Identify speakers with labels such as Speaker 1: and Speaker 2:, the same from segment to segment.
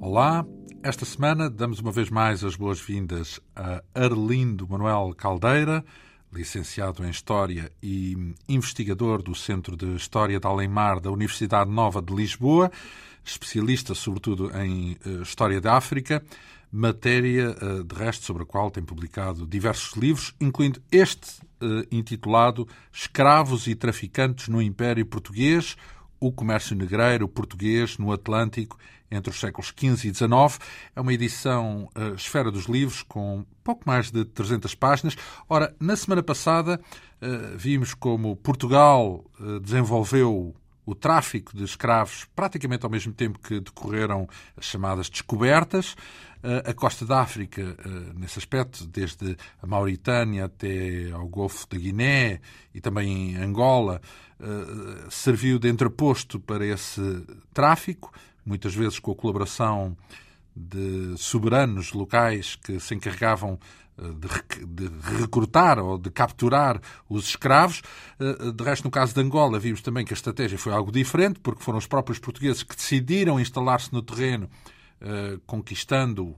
Speaker 1: Olá, esta semana damos uma vez mais as boas-vindas a Arlindo Manuel Caldeira, licenciado em História e investigador do Centro de História da Além-Mar da Universidade Nova de Lisboa, especialista sobretudo em eh, História da África, matéria eh, de resto sobre a qual tem publicado diversos livros, incluindo este eh, intitulado Escravos e Traficantes no Império Português, o comércio negreiro português no Atlântico entre os séculos XV e XIX. É uma edição uh, Esfera dos Livros com pouco mais de 300 páginas. Ora, na semana passada uh, vimos como Portugal uh, desenvolveu o tráfico de escravos praticamente ao mesmo tempo que decorreram as chamadas descobertas. eh, A costa da África, eh, nesse aspecto, desde a Mauritânia até ao Golfo da Guiné e também Angola, eh, serviu de entreposto para esse tráfico, muitas vezes com a colaboração de soberanos locais que se encarregavam eh, de, recrutar ou de capturar os escravos. Eh, De resto, no caso de Angola, vimos também que a estratégia foi algo diferente, porque foram os próprios portugueses que decidiram instalar-se no terreno, eh, conquistando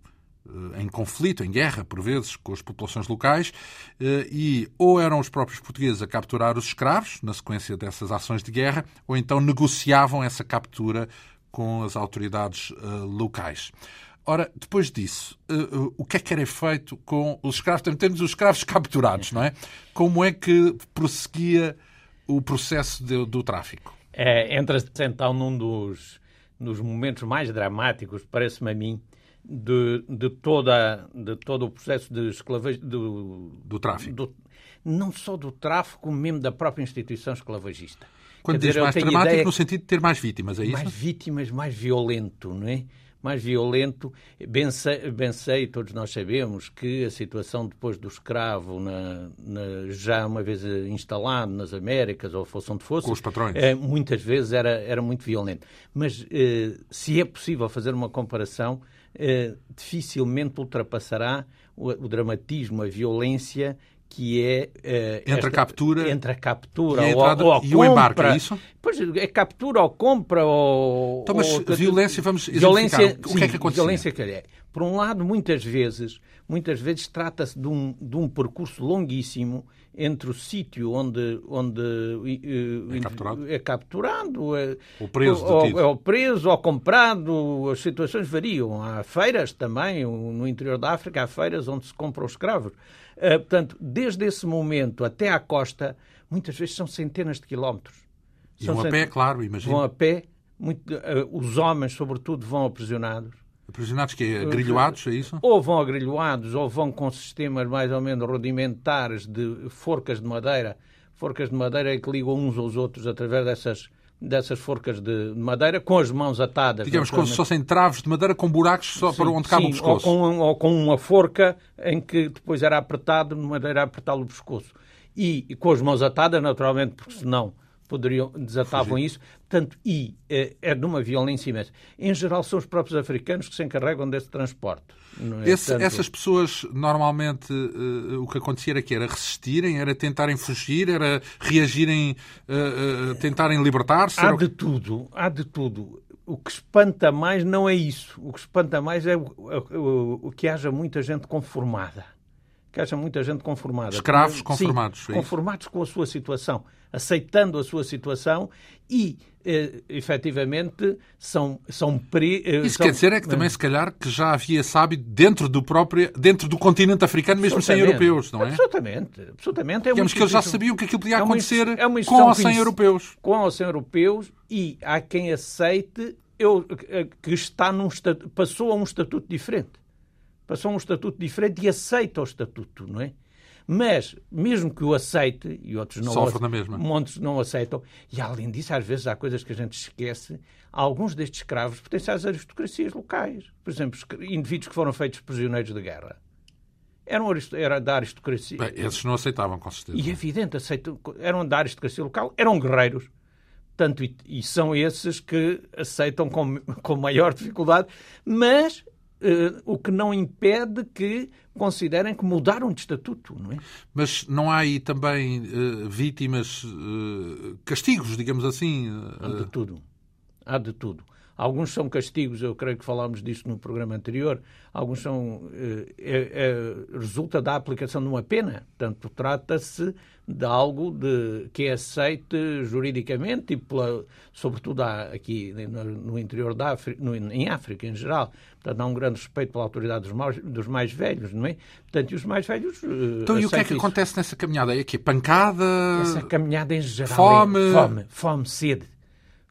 Speaker 1: eh, em conflito, em guerra, por vezes, com as populações locais, eh, e ou eram os próprios portugueses a capturar os escravos, na sequência dessas ações de guerra, ou então negociavam essa captura com as autoridades eh, locais. Ora, depois disso, o que é que era feito com os escravos? Temos os escravos capturados, não é? Como é que prosseguia o processo de, do tráfico?
Speaker 2: É, Entra-se então num dos, dos momentos mais dramáticos, parece-me a mim, de, de, toda, de todo o processo de esclavagem.
Speaker 1: Do, do tráfico.
Speaker 2: Do, não só do tráfico, mesmo da própria instituição esclavagista.
Speaker 1: Quando Quer diz dizer, mais dramático, ideia... no sentido de ter mais vítimas, é isso?
Speaker 2: Mais vítimas, mais violento, não é? mais violento. Bem sei, bem sei, todos nós sabemos, que a situação depois do escravo, na, na, já uma vez instalado nas Américas, ou fosse onde fosse,
Speaker 1: Com os patrões.
Speaker 2: Eh, muitas vezes era, era muito violento. Mas eh, se é possível fazer uma comparação, eh, dificilmente ultrapassará o, o, dramatismo, a violência que é
Speaker 1: entre esta, a captura
Speaker 2: entre a captura
Speaker 1: e,
Speaker 2: a entrada, ou, ou a
Speaker 1: e o embarque é isso
Speaker 2: Pois é captura ou compra ou.
Speaker 1: Então, mas
Speaker 2: ou,
Speaker 1: violência, vamos
Speaker 2: violência,
Speaker 1: o que sim, é que aconteceu?
Speaker 2: Violência que é. Por um lado, muitas vezes, muitas vezes trata-se de um, de um percurso longuíssimo entre o sítio onde, onde
Speaker 1: é capturado,
Speaker 2: é capturado é,
Speaker 1: ou preso,
Speaker 2: ou, ou, preso, ou comprado, as situações variam. Há feiras também, no interior da África, há feiras onde se compram os escravos. Uh, portanto, desde esse momento até à costa, muitas vezes são centenas de quilómetros.
Speaker 1: E é vão a pé, claro, imagino.
Speaker 2: Vão a pé, muito, uh, os homens, sobretudo, vão aprisionados.
Speaker 1: Aprisionados que
Speaker 2: Uhum.
Speaker 1: é agrilhoados, é isso?
Speaker 2: Ou vão agrilhoados, ou vão com sistemas mais ou menos rudimentares de forcas de madeira, forcas de madeira é que ligam uns aos outros através dessas dessas forcas de madeira com as mãos atadas.
Speaker 1: Digamos como se fossem travos de madeira com buracos só sim, para onde cabe
Speaker 2: sim,
Speaker 1: o pescoço.
Speaker 2: Ou com, um, ou com uma forca em que depois era apertado, de madeira a apertá-lo o pescoço. E, e com as mãos atadas, naturalmente, porque senão poderiam desatavam Fugir. isso. Portanto, e é, é de uma violência imensa. Em geral, são os próprios africanos que se encarregam desse transporte.
Speaker 1: É? Esse, Portanto... Essas pessoas, normalmente, uh, o que acontecia era que era resistirem, era tentarem fugir, era reagirem, uh, uh, tentarem libertar-se?
Speaker 2: Há
Speaker 1: era...
Speaker 2: de tudo, há de tudo. O que espanta mais não é isso. O que espanta mais é o, o, o que haja muita gente conformada que haja muita gente conformada.
Speaker 1: Escravos conformados. é
Speaker 2: Sim, conformados com a sua situação, aceitando a sua situação e, eh, efetivamente, são... são pre, eh,
Speaker 1: Isso
Speaker 2: são,
Speaker 1: quer dizer é que também, se calhar, que já havia sábio dentro do próprio, dentro do continente africano, mesmo sem europeus, não é?
Speaker 2: Absolutamente. absolutamente. É
Speaker 1: Digamos que eles já sabiam que aquilo podia é acontecer é com ou sem europeus.
Speaker 2: Com ou sem europeus e há quem aceite eu, eh, que está num, passou a um estatuto diferente passou a um estatuto diferente e aceita o estatuto, não é? Mas, mesmo que o aceite, e outros não
Speaker 1: Sofre na mesma.
Speaker 2: muitos não aceitam, e além disso, às vezes há coisas que a gente esquece, alguns destes escravos pertenciam aristocracias locais. Por exemplo, indivíduos que foram feitos prisioneiros de guerra. Eram era da aristocracia.
Speaker 1: Bem, esses não aceitavam, com certeza.
Speaker 2: E é evidente, aceitam, eram da aristocracia local, eram guerreiros. Portanto, e, e são esses que aceitam com, com maior dificuldade, mas Uh, o que não impede que considerem que mudaram de estatuto, não é?
Speaker 1: Mas não há aí também uh, vítimas, uh, castigos, digamos assim?
Speaker 2: Há de tudo. Há de tudo. Alguns são castigos, eu creio que falámos disso no programa anterior, alguns são. É, é, resulta da aplicação de uma pena. Portanto, trata-se de algo de, que é aceite juridicamente e, pela, sobretudo, aqui no, no interior da África, no, em África em geral. Portanto, há um grande respeito pela autoridade dos mais, dos mais velhos, não é? Portanto, e os mais velhos. eh,
Speaker 1: Então, e o que é que
Speaker 2: isso.
Speaker 1: acontece nessa caminhada? É que pancada. é
Speaker 2: Essa caminhada em geral.
Speaker 1: Fome.
Speaker 2: É fome, fome, sede.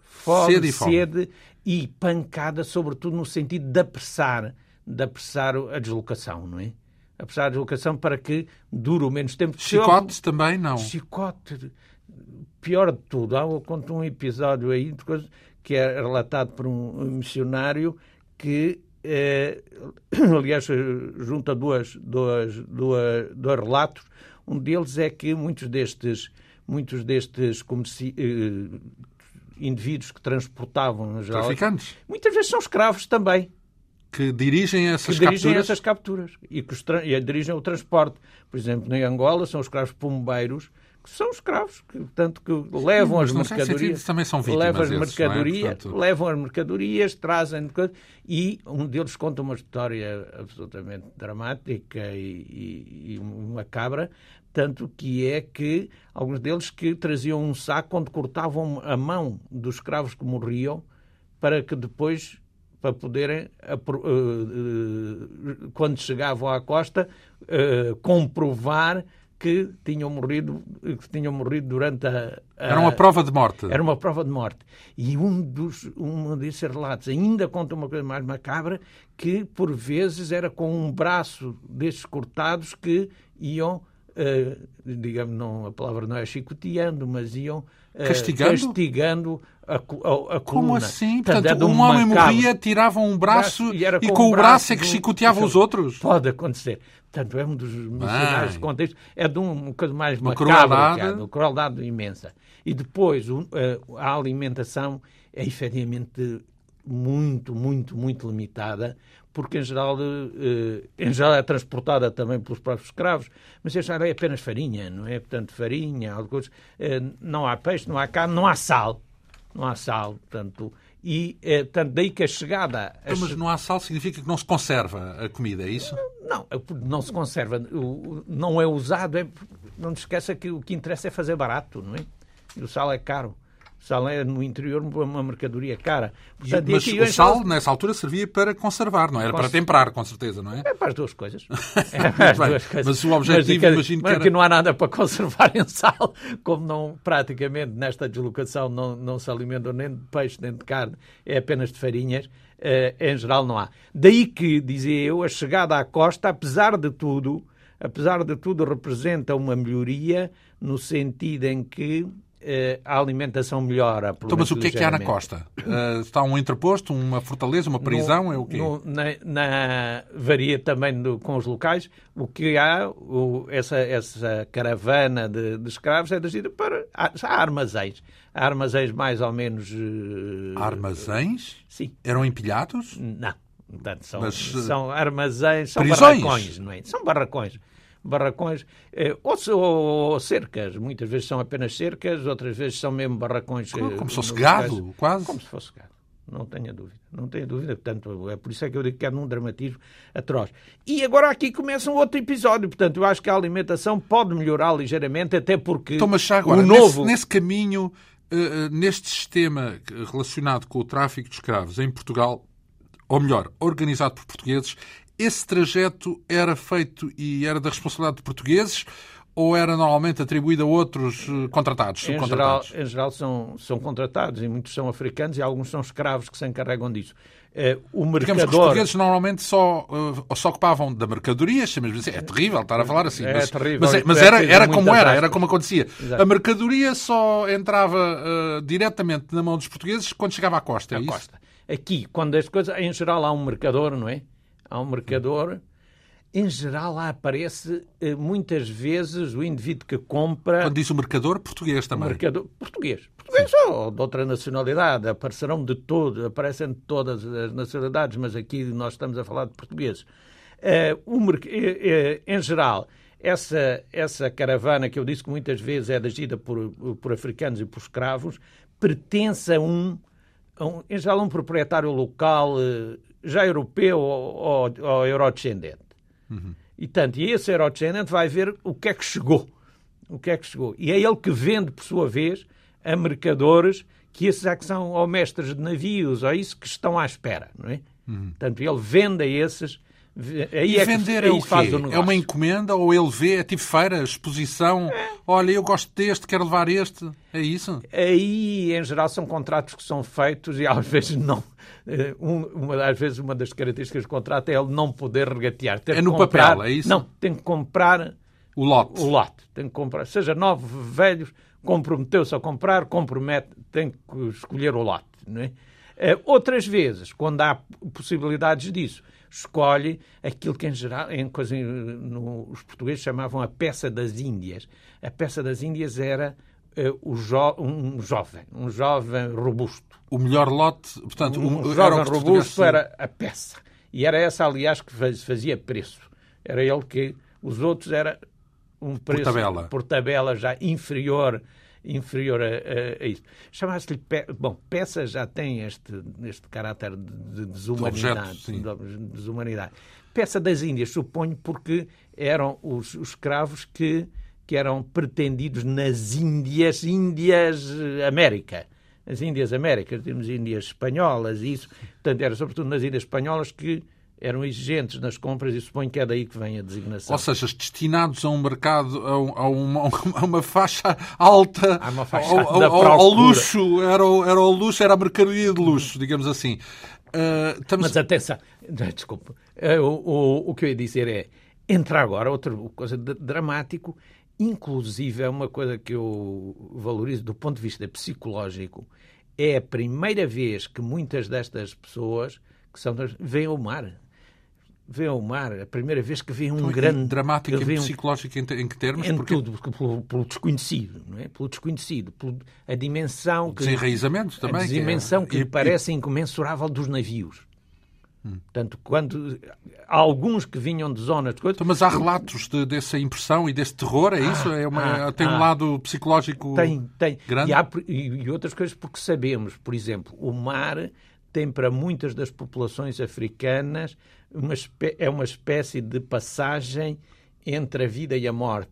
Speaker 2: Fome,
Speaker 1: Sede e fome.
Speaker 2: sede e pancada, sobretudo no sentido de apressar, de apressar a deslocação, não é? Apressar a deslocação para que dure o menos tempo possível.
Speaker 1: Chicotes também não.
Speaker 2: Chicote. Pior de tudo, há eu conto um episódio aí de coisa que é relatado por um missionário que, eh, aliás, junta duas, duas, duas, dois relatos. Um deles é que muitos destes, muitos destes comerci- eh, indivíduos que transportavam, no geral,
Speaker 1: Traficantes
Speaker 2: muitas vezes são escravos também
Speaker 1: que dirigem
Speaker 2: que
Speaker 1: essas
Speaker 2: dirigem
Speaker 1: capturas.
Speaker 2: essas capturas e que os tra- e dirigem o transporte. Por exemplo, em Angola são os escravos pombeiros, que são escravos, que, portanto, que levam
Speaker 1: Mas
Speaker 2: as
Speaker 1: não é tem
Speaker 2: mercadorias.
Speaker 1: sentido, também são vítimas
Speaker 2: Levam as
Speaker 1: esses, não é?
Speaker 2: mercadorias,
Speaker 1: Portanto-
Speaker 2: levam as mercadorias, trazem de coisa, e um deles conta uma história absolutamente dramática e, e, e macabra, tanto que é que alguns deles que traziam um saco onde cortavam a mão dos escravos que morriam para que depois para poderem apro- eh, eh, quando chegavam à costa eh, comprovar que tinham morrido que tinham morrido durante a, a-
Speaker 1: Era uma prova de morte.
Speaker 2: era uma prova de morte. E um, dos, um desses relatos ainda conta uma coisa mais macabra, que por vezes era com um braço desses cortados que iam, eh, digamos, não, a palavra não é chicoteando, mas iam eh,
Speaker 1: Castigando?
Speaker 2: castigando a, co- a, a
Speaker 1: Como
Speaker 2: coluna.
Speaker 1: assim?
Speaker 2: Portanto, é
Speaker 1: Portanto,
Speaker 2: de
Speaker 1: um homem
Speaker 2: macabro.
Speaker 1: morria, tirava um braço
Speaker 2: E era
Speaker 1: e
Speaker 2: com
Speaker 1: com
Speaker 2: o
Speaker 1: o braço é que
Speaker 2: braço do-
Speaker 1: chicoteava os outros?
Speaker 2: Pode acontecer. Portanto, é um dos missionários que conta isto. É de um, um bocado mais
Speaker 1: Uma
Speaker 2: macabro,
Speaker 1: crueldade.
Speaker 2: que há, uma crueldade imensa. E depois, o- eh, a alimentação é efetivamente muito, muito, muito limitada, porque em geral, eh, em geral é transportada também pelos próprios escravos, mas em geral é apenas farinha, não é? Portanto, farinha, alguns, eh, não há peixe, não há carne, não há sal. Não há sal, portanto... E, eh, portanto, daí que a chegada... a
Speaker 1: Mas não há sal, significa que não se conserva a comida, é isso?
Speaker 2: não, não se conserva, o- o- não é usado. É, não te esqueça que o que interessa é fazer barato, não é? E o sal é caro. O sal é no interior uma mercadoria cara. Portanto, e
Speaker 1: Mas
Speaker 2: aqui
Speaker 1: o
Speaker 2: hoje-
Speaker 1: sal, nessa altura, servia para conservar, não é? era para
Speaker 2: Cons-
Speaker 1: temperar, com certeza, não é?
Speaker 2: É para as duas coisas. É para as
Speaker 1: bem,
Speaker 2: duas coisas.
Speaker 1: mas o objetivo,
Speaker 2: e cada-
Speaker 1: imagino que
Speaker 2: mas
Speaker 1: era-
Speaker 2: não há nada para conservar em sal, como não, praticamente nesta deslocação não, não se alimentam nem de peixe nem de carne, é apenas de farinhas, eh, em geral não há. Daí que, dizia eu, a chegada à costa, apesar de tudo, apesar de tudo, representa uma melhoria no sentido em que eh, a alimentação melhora. pelo
Speaker 1: Então, mas
Speaker 2: menos
Speaker 1: o que é que há na
Speaker 2: ligeiramente.
Speaker 1: costa? Ah, está um interposto, uma fortaleza, uma prisão? é o quê?
Speaker 2: No- na, na- varia também do- com os locais. O que há, o- essa, essa caravana de, de escravos é dirigida para. Há, há armazéns. Há armazéns mais ou menos. eh,
Speaker 1: Armazéns?
Speaker 2: Sim,
Speaker 1: Eram empilhados?
Speaker 2: não. Portanto, são,
Speaker 1: Mas, eh,
Speaker 2: são armazéns, são
Speaker 1: prisões?
Speaker 2: barracões, não é? São barracões. Barracões, eh, ou, se- ou- ou cercas, muitas vezes são apenas cercas, outras vezes são mesmo barracões. eh,
Speaker 1: Como se fosse
Speaker 2: no-
Speaker 1: gado, quase?
Speaker 2: como se fosse gado. Não tenha dúvida. Não tenha dúvida. Portanto, é por isso é que eu digo que há num dramatismo atroz. E agora aqui começa um outro episódio. Portanto, eu acho que a alimentação pode melhorar ligeiramente, até porque
Speaker 1: Então, mas já agora,
Speaker 2: o
Speaker 1: nesse-
Speaker 2: novo...
Speaker 1: nesse, caminho, eh, eh, neste sistema que- relacionado com o tráfico de escravos em Portugal, ou melhor, organizado por portugueses, esse trajeto era feito e era da responsabilidade de portugueses ou era normalmente atribuído a outros eh, contratados,
Speaker 2: Em geral,
Speaker 1: subcontratados?
Speaker 2: em geral são, são contratados e muitos são africanos e alguns são escravos que se encarregam disso. Eh, o
Speaker 1: Digamos que os
Speaker 2: mercador...
Speaker 1: portugueses normalmente só, eh, só ocupavam da mercadoria, chamemos assim, é terrível estar a falar assim,
Speaker 2: É
Speaker 1: mas,
Speaker 2: terrível,
Speaker 1: mas,
Speaker 2: isto
Speaker 1: mas
Speaker 2: é
Speaker 1: era,
Speaker 2: preciso
Speaker 1: era
Speaker 2: muita
Speaker 1: como era,
Speaker 2: aspas.
Speaker 1: era como acontecia.
Speaker 2: Exato.
Speaker 1: A mercadoria só entrava eh, diretamente na mão dos portugueses quando chegava à costa, é isso?
Speaker 2: Costa. Aqui, quando as coisas. Em geral há um mercador, não é? Há um mercador. Em geral lá aparece eh, muitas vezes o indivíduo que compra.
Speaker 1: Quando diz o mercador, português
Speaker 2: o
Speaker 1: também.
Speaker 2: Mercador, português, português ou de outra nacionalidade, aparecerão de todo, aparecem de todas as nacionalidades, mas aqui nós estamos a falar de portugueses. Eh, o merc- eh, eh, em geral, essa, essa caravana que eu disse que muitas vezes é dirigida por, por africanos e por escravos, pertence a um a um, em geral, um proprietário local, eh, já europeu ou, ou, ou eurodescendente. E tanto, e esse eurodescendente vai ver o que é que chegou. O que é que chegou. E é ele que vende, por sua vez, a mercadores que esses já que são ou mestres de navios ou isso que estão à espera, não é? Portanto, ele vende a esses. ve- Aí
Speaker 1: Uhum. E
Speaker 2: é que-
Speaker 1: vender é
Speaker 2: aí
Speaker 1: o
Speaker 2: faz
Speaker 1: quê?
Speaker 2: o negócio. É.
Speaker 1: é uma encomenda ou ele vê, é tipo feira, exposição? Olha, eu gosto deste, quero levar este. É isso?
Speaker 2: Aí, em geral, são contratos que são feitos e às vezes não. Eh, um- uma, às vezes, uma das características do contrato é ele não poder regatear. Ter
Speaker 1: É
Speaker 2: que
Speaker 1: no
Speaker 2: comprar-
Speaker 1: papel, é isso?
Speaker 2: Não, tem que comprar
Speaker 1: O lote.
Speaker 2: o lote. Tem que comprar, seja novo, velhos, comprometeu-se a comprar, compromete, tem que escolher o lote. Não é? Eh, Outras vezes, quando há possibilidades disso, escolhe aquilo que em geral, em coisa, no- os portugueses chamavam a peça das Índias. A peça das Índias era eh, o jo- um jovem, um jovem robusto
Speaker 1: O melhor lote, portanto,
Speaker 2: um
Speaker 1: o, era
Speaker 2: jovem
Speaker 1: o que assim. tu
Speaker 2: robusto
Speaker 1: tivesse-
Speaker 2: era a peça. E era essa, aliás, que faz- fazia preço. Era ele que. Os outros era um preço.
Speaker 1: tabela.
Speaker 2: por tabela já inferior, inferior a, a- a isso. Chamava-se-lhe. pe- Bom, peça já tem este, este caráter de, de desumanidade.
Speaker 1: objeto, sim.
Speaker 2: de desumanidade. Peça das Índias, suponho, porque eram os, os escravos que, que eram pretendidos nas Índias, Índias eh, América. As Índias Américas, temos Índias Espanholas e isso. Portanto, era sobretudo nas Índias Espanholas que eram exigentes nas compras e suponho que é daí que vem a designação.
Speaker 1: Ou seja, destinados a um mercado, a, um- a uma, a uma faixa alta,
Speaker 2: Há uma faixa
Speaker 1: ao, ao-
Speaker 2: da
Speaker 1: ao- ao
Speaker 2: procura.
Speaker 1: luxo, era o, era o luxo, era a mercadoria de luxo, digamos assim. Ah, estamos...
Speaker 2: Mas atenção, desculpe, Eh, o, o, o que eu ia dizer é, entra agora outra coisa de- dramático, inclusive é uma coisa que eu valorizo do ponto de vista psicológico, é a primeira vez que muitas destas pessoas que são das- veem o mar, veem o mar, a primeira vez que veem um grande...
Speaker 1: Então é dramático
Speaker 2: que
Speaker 1: e
Speaker 2: veem um-
Speaker 1: psicológico em, te- em que termos?
Speaker 2: em
Speaker 1: Porque
Speaker 2: tudo, porque pelo, pelo desconhecido, não é? Pelo desconhecido, pelo, a dimensão que
Speaker 1: desenraizamento é também.
Speaker 2: a
Speaker 1: que é-
Speaker 2: dimensão que
Speaker 1: e- Hum.
Speaker 2: lhe parece incomensurável dos navios. Portanto, quando há alguns que vinham de zonas de coisas,
Speaker 1: Então, Mas há relatos de- dessa impressão e desse terror, é isso? É uma-
Speaker 2: ah,
Speaker 1: tem um
Speaker 2: ah.
Speaker 1: lado psicológico.
Speaker 2: tem, tem.
Speaker 1: Então, grande.
Speaker 2: E, há por- e- e outras coisas porque sabemos, por exemplo, o mar tem para muitas das populações africanas uma espé- é uma espécie de passagem entre a vida e a morte.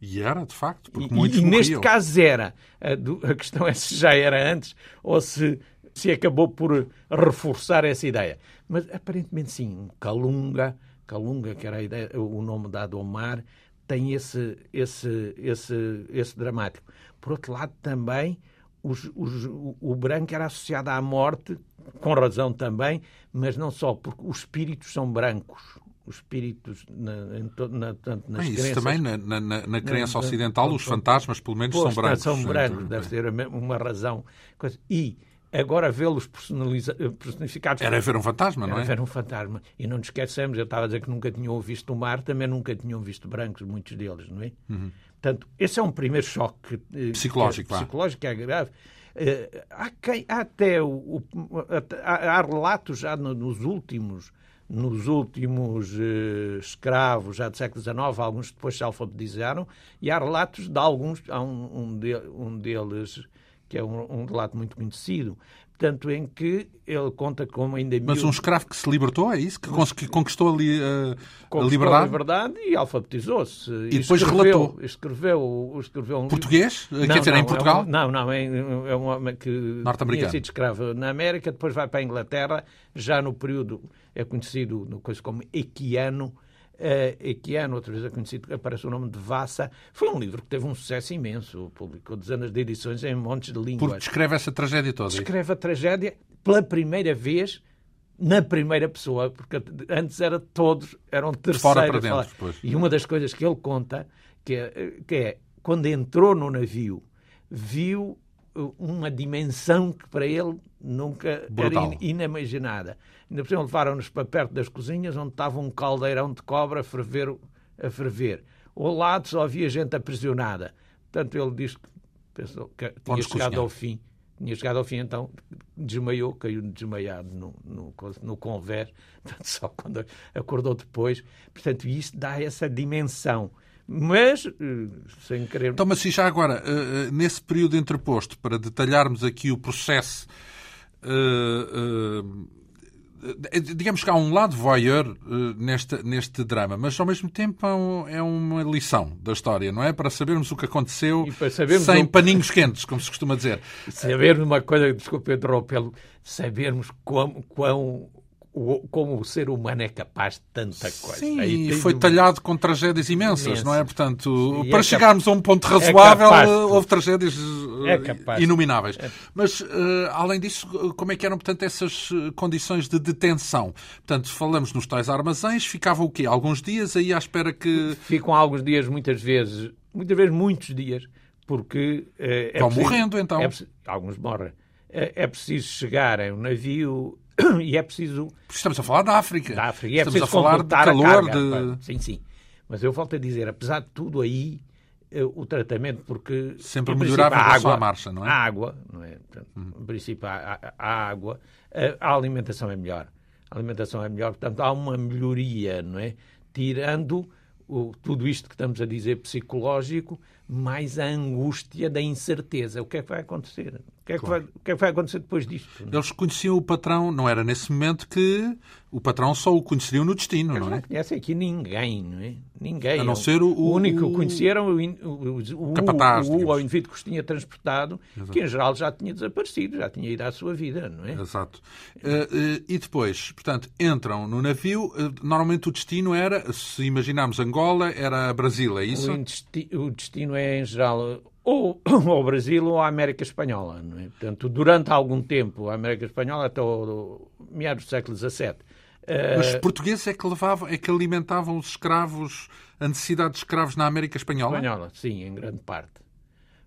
Speaker 1: E era, de facto,
Speaker 2: E,
Speaker 1: porque muitos
Speaker 2: e neste
Speaker 1: morriam.
Speaker 2: caso era. A, do- a questão é se já era antes ou se, se acabou por reforçar essa ideia. Mas aparentemente sim, um Calunga, Calunga, que era a ideia- o nome dado ao mar, tem esse, esse, esse, esse dramático. Por outro lado, também os- os- o, o branco era associado à morte, com razão também, mas não só, porque os espíritos são brancos. Os espíritos, na, em to- na- tanto nas
Speaker 1: Bem, É isso
Speaker 2: crenças
Speaker 1: também, na, na- na- na crença
Speaker 2: na-
Speaker 1: ocidental, os fantasmas, pelo menos, são
Speaker 2: Pois, tá,
Speaker 1: brancos.
Speaker 2: São brancos,
Speaker 1: Então,
Speaker 2: deve ser a me- uma razão. Coisa. E agora vê-los personaliza- eh, personificados.
Speaker 1: Era ver um fantasma, não é?
Speaker 2: Era um fantasma. E não nos esquecemos, eu estava a dizer que nunca tinham visto o mar, também nunca tinham visto brancos, muitos deles, não é? Portanto, esse é um primeiro choque eh,
Speaker 1: Uhum. Psicológico,
Speaker 2: que
Speaker 1: vá.
Speaker 2: é, psicológico, que é grave. Eh, há, quem- há até o- o- até- há, há relatos já no- nos últimos nos últimos eh, escravos já do século XIX, alguns depois se alfabetizaram, e há relatos de alguns, há um, um, de- um deles que é um, um relato muito conhecido, portanto, em que ele conta como ainda
Speaker 1: Mas
Speaker 2: miúdo-
Speaker 1: um escravo que se libertou, é isso? Que, cons- que conquistou ali eh, a
Speaker 2: conquistou
Speaker 1: liberdade?
Speaker 2: e alfabetizou-se. E,
Speaker 1: depois
Speaker 2: escreveu,
Speaker 1: relatou.
Speaker 2: Escreveu, escreveu um livro.
Speaker 1: Português? Eh, Quer dizer,
Speaker 2: não,
Speaker 1: em Portugal?
Speaker 2: É um, não, não, é, é um homem que
Speaker 1: Norte-americano.
Speaker 2: tinha sido escravo na América, depois vai para a Inglaterra, já no período, é conhecido no coisa como Equiano, eh, Equiano, outra vez é conhecido, aparece o nome de Vassa. Foi um livro que teve um sucesso imenso, publicou dezenas de edições em montes de línguas
Speaker 1: Porque descreve essa tragédia toda. é
Speaker 2: descreve a tragédia pela primeira vez na primeira pessoa, porque antes era todos, eram terceiros.
Speaker 1: fora para dentro,
Speaker 2: a falar.
Speaker 1: pois.
Speaker 2: E uma das coisas que ele conta, que é, que é, quando entrou no navio, viu uh, uma dimensão que para ele nunca
Speaker 1: Brutal.
Speaker 2: era in- inimaginada. Ainda por cima levaram-nos para perto das cozinhas, onde estava um caldeirão de cobra a ferver. o- A ferver. Ao lado só havia gente aprisionada. Portanto, ele diz que pensou que tinha
Speaker 1: Vamos
Speaker 2: chegado
Speaker 1: cozinhar.
Speaker 2: ao fim. Tinha chegado ao fim, então desmaiou, caiu desmaiado no, no, coisa- no convés, Portanto, só quando acordou depois. Portanto, isto dá essa dimensão. Mas, eh, sem querer.
Speaker 1: Então, mas se já agora, eh, eh, nesse período entreposto, para detalharmos aqui o processo uh, digamos que há um lado voyeur uh, neste, neste drama, mas ao mesmo tempo é, um, é, uma lição da história, não é? Para sabermos o que aconteceu sem um... paninhos quentes, como se costuma dizer.
Speaker 2: Saber uma coisa, desculpe interrompê-lo, sabermos quão, quão o, como o ser humano é capaz de tanta coisa.
Speaker 1: Sim, e foi uma... talhado com tragédias imensas, imensas. não é? Portanto, e para é chegarmos cap... a um ponto razoável, é houve tragédias é inomináveis. Mas, uh, além disso, como é que eram, portanto, essas eh, condições de detenção? Portanto, falamos nos tais armazéns, ficavam o quê? Alguns dias aí à espera que...
Speaker 2: Ficam alguns dias, muitas vezes, muitas vezes muitos dias, porque... eh, é
Speaker 1: Uh, Estão preciso, morrendo, então.
Speaker 2: Preciso, alguns morrem. É preciso chegar a um navio e é preciso.
Speaker 1: Estamos a falar da África.
Speaker 2: Da África.
Speaker 1: E é Estamos a falar de calor. De...
Speaker 2: Sim, sim. Mas eu volto a dizer, apesar de tudo aí, eh, o tratamento, porque.
Speaker 1: Sempre melhorava a água, a marcha, não é? Hum.
Speaker 2: A água, não é? Portanto, uhum. No princípio, a, a água. A, a, alimentação é melhor. A alimentação é melhor, portanto, há uma melhoria, não é? Tirando. O, tudo isto que estamos a dizer psicológico, mais a angústia da incerteza. O que é que vai acontecer? O que é que, claro. vai, o que, é que vai acontecer depois disto?
Speaker 1: Eles conheciam o patrão, não era nesse momento que o patrão só o conheceriam no destino,
Speaker 2: Eles
Speaker 1: não é?
Speaker 2: Não conhecem Né? aqui ninguém, não é? Ninguém.
Speaker 1: A não ser o,
Speaker 2: o único que conheceram o, o, o, capataz, o, o, o indivíduo que os tinha transportado, Exato. que em geral já tinha desaparecido, já tinha ido à sua vida, não é?
Speaker 1: Exato. Uh, uh, e depois, portanto, entram no navio, uh, normalmente o destino era, se imaginarmos Angola, era Brasil, é isso?
Speaker 2: o destino é, em geral, ou ao Brasil ou à América Espanhola. Não é? Portanto, durante algum tempo, a América Espanhola, até o, o meados do século eh, XVII.
Speaker 1: Uh... Os portugueses é que, levavam, é que alimentavam os escravos, a necessidade de escravos na América Espanhola?
Speaker 2: Espanhola, sim, em grande parte.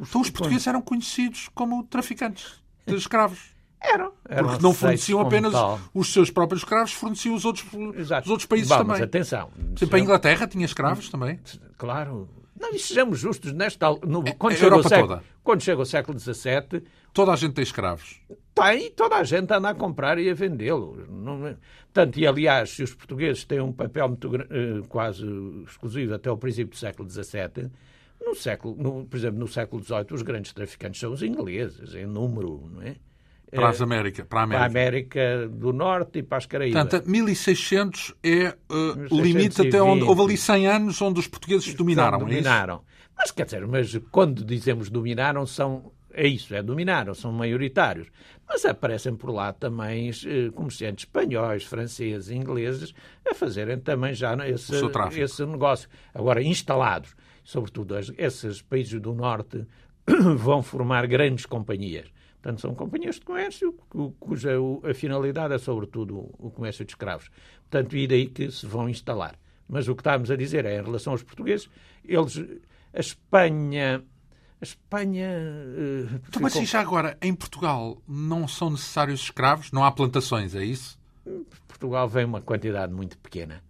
Speaker 1: Os, então os portugueses eram conhecidos como traficantes de escravos.
Speaker 2: Eram. eram
Speaker 1: Porque não forneciam apenas tal. os seus próprios escravos, forneciam os outros, Exato. os outros países
Speaker 2: Vamos,
Speaker 1: também.
Speaker 2: atenção.
Speaker 1: Sempre a Inglaterra tinha escravos também.
Speaker 2: Claro. Não, e sejamos justos, nesta, no, quando,
Speaker 1: É,
Speaker 2: chega o
Speaker 1: Europa
Speaker 2: século,
Speaker 1: toda.
Speaker 2: quando chega o século XVII...
Speaker 1: Toda a gente tem escravos.
Speaker 2: Tem, toda a gente anda a comprar e a vendê-los. Não- é? Portanto, e aliás, se os portugueses têm um papel muito, gra- eh, quase exclusivo até o princípio do século XVII, no século, no- por exemplo, no século XVIII, os grandes traficantes são os ingleses, em número, não é?
Speaker 1: Para as América, para a
Speaker 2: Para a
Speaker 1: América.
Speaker 2: América do Norte e para as Caraíbas.
Speaker 1: Portanto, 1600 é uh, o
Speaker 2: 1620.
Speaker 1: limite até onde... Houve ali 100 anos onde os portugueses dominaram, é isso?
Speaker 2: Dominaram. Mas quer dizer, mas quando dizemos dominaram, são. É isso, é dominaram, são maioritários. Mas aparecem por lá também eh, comerciantes espanhóis, franceses, ingleses a fazerem também já esse,
Speaker 1: O seu tráfico.
Speaker 2: esse negócio. Agora, instalados, sobretudo as- esses países do Norte, vão formar grandes companhias. Portanto, são companhias de comércio cu- cuja o- a finalidade é, sobretudo, o comércio de escravos. Portanto, e daí que se vão instalar. Mas o que estávamos a dizer é, em relação aos portugueses, eles, a Espanha... A Espanha... eh,
Speaker 1: Então, mas
Speaker 2: ficou-
Speaker 1: e já agora, em Portugal, não são necessários escravos? Não há plantações, é isso?
Speaker 2: Portugal vem uma quantidade muito pequena.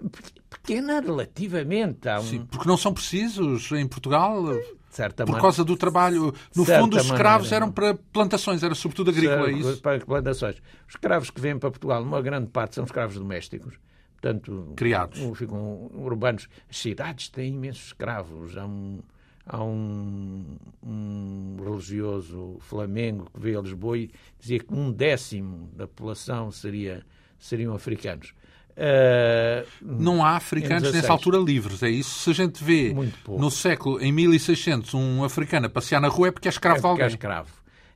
Speaker 2: Pe- Pequena relativamente a um...
Speaker 1: Sim, porque não são precisos em Portugal
Speaker 2: de certa
Speaker 1: por
Speaker 2: maneira-
Speaker 1: causa do trabalho. No
Speaker 2: certa
Speaker 1: fundo, os escravos
Speaker 2: maneira,
Speaker 1: eram para plantações, era sobretudo agrícola, é isso?
Speaker 2: Para plantações. Os escravos que vêm para Portugal, uma grande parte são escravos domésticos. Portanto,
Speaker 1: Criados.
Speaker 2: um- Ficam urbanos. As cidades têm imensos escravos. Há um, há um, um religioso flamengo que veio a Lisboa e dizia que um décimo da população seria, seriam africanos. Ah,
Speaker 1: Não há africanos
Speaker 2: 16.
Speaker 1: nessa altura livres, é isso? Se a gente vê
Speaker 2: Muito pouco.
Speaker 1: no século, em 1600, um africano a passear na rua é porque é escravo de
Speaker 2: porque é
Speaker 1: alguém.
Speaker 2: escravo.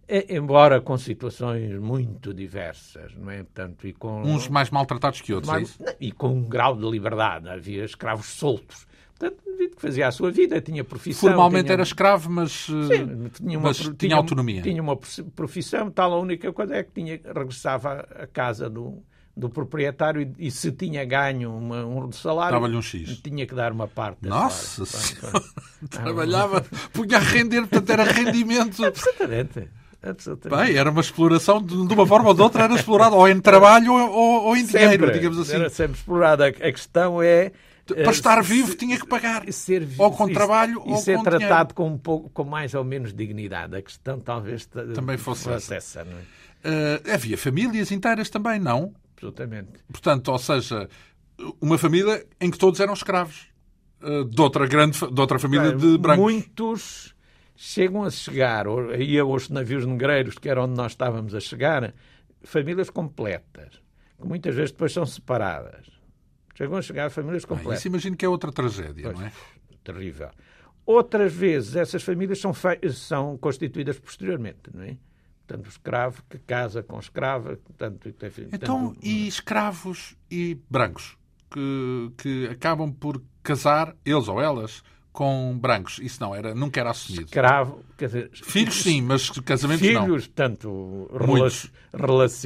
Speaker 2: E- Embora com situações muito diversas, não é? Portanto, e com
Speaker 1: Uns mais maltratados que outros, é
Speaker 2: Mas-
Speaker 1: isso?
Speaker 2: não, e com um grau de liberdade. Havia escravos soltos. Portanto, o indivíduo que fazia a sua vida, tinha profissão.
Speaker 1: Formalmente
Speaker 2: tinha...
Speaker 1: era escravo, mas, eh,
Speaker 2: é um Sim, tinha uma,
Speaker 1: mas
Speaker 2: pro-
Speaker 1: tinha, autonomia.
Speaker 2: Tinha uma profi- profissão, tal a única coisa é que tinha, regressava à casa do, do proprietário e, e se tinha ganho uma- um salário,
Speaker 1: Dava-lhe um X.
Speaker 2: tinha que dar uma parte. desse
Speaker 1: Nossa
Speaker 2: salário. Pronto,
Speaker 1: Senhora! Trabalhava, punha a render, portanto era rendimento.
Speaker 2: Absolutamente. absolutamente.
Speaker 1: Bem, era uma exploração, de de uma forma ou de outra, era explorado ou em trabalho ou, ou- ou em dinheiro,
Speaker 2: sempre,
Speaker 1: digamos assim.
Speaker 2: Era sempre explorada. A a questão é. eh,
Speaker 1: Para estar
Speaker 2: se-
Speaker 1: vivo tinha que pagar.
Speaker 2: e ser
Speaker 1: Ou com
Speaker 2: e-
Speaker 1: trabalho
Speaker 2: e
Speaker 1: ou
Speaker 2: ser
Speaker 1: com
Speaker 2: tratado com, um pouco, com mais ou menos dignidade. A questão talvez ta-
Speaker 1: Também fosse
Speaker 2: essa, não é?
Speaker 1: Eh, havia famílias inteiras também, não?
Speaker 2: Absolutamente.
Speaker 1: Portanto, ou seja, uma família em que todos eram escravos. Eh, de outra grande, fa- de outra família
Speaker 2: Bem,
Speaker 1: de brancos.
Speaker 2: Muitos chegam a chegar, ou- aí aos navios negreiros, que era onde nós estávamos a chegar, famílias completas, que muitas vezes depois são separadas. Chegam a chegar famílias
Speaker 1: Bem,
Speaker 2: completas.
Speaker 1: isso imagino que é outra tragédia, não é?
Speaker 2: Terrível. Outras vezes, essas famílias são, fei- são constituídas posteriormente, não é? Portanto, o escravo que casa com escrava, portanto... e tem-
Speaker 1: Então,
Speaker 2: portanto,
Speaker 1: e escravos e brancos que, que acabam por casar, eles ou elas, com brancos? Isso não era, nunca era assumido.
Speaker 2: Escravo, quer dizer...
Speaker 1: Filhos sim, mas casamentos não.
Speaker 2: filhos, tanto rela-
Speaker 1: Muitos.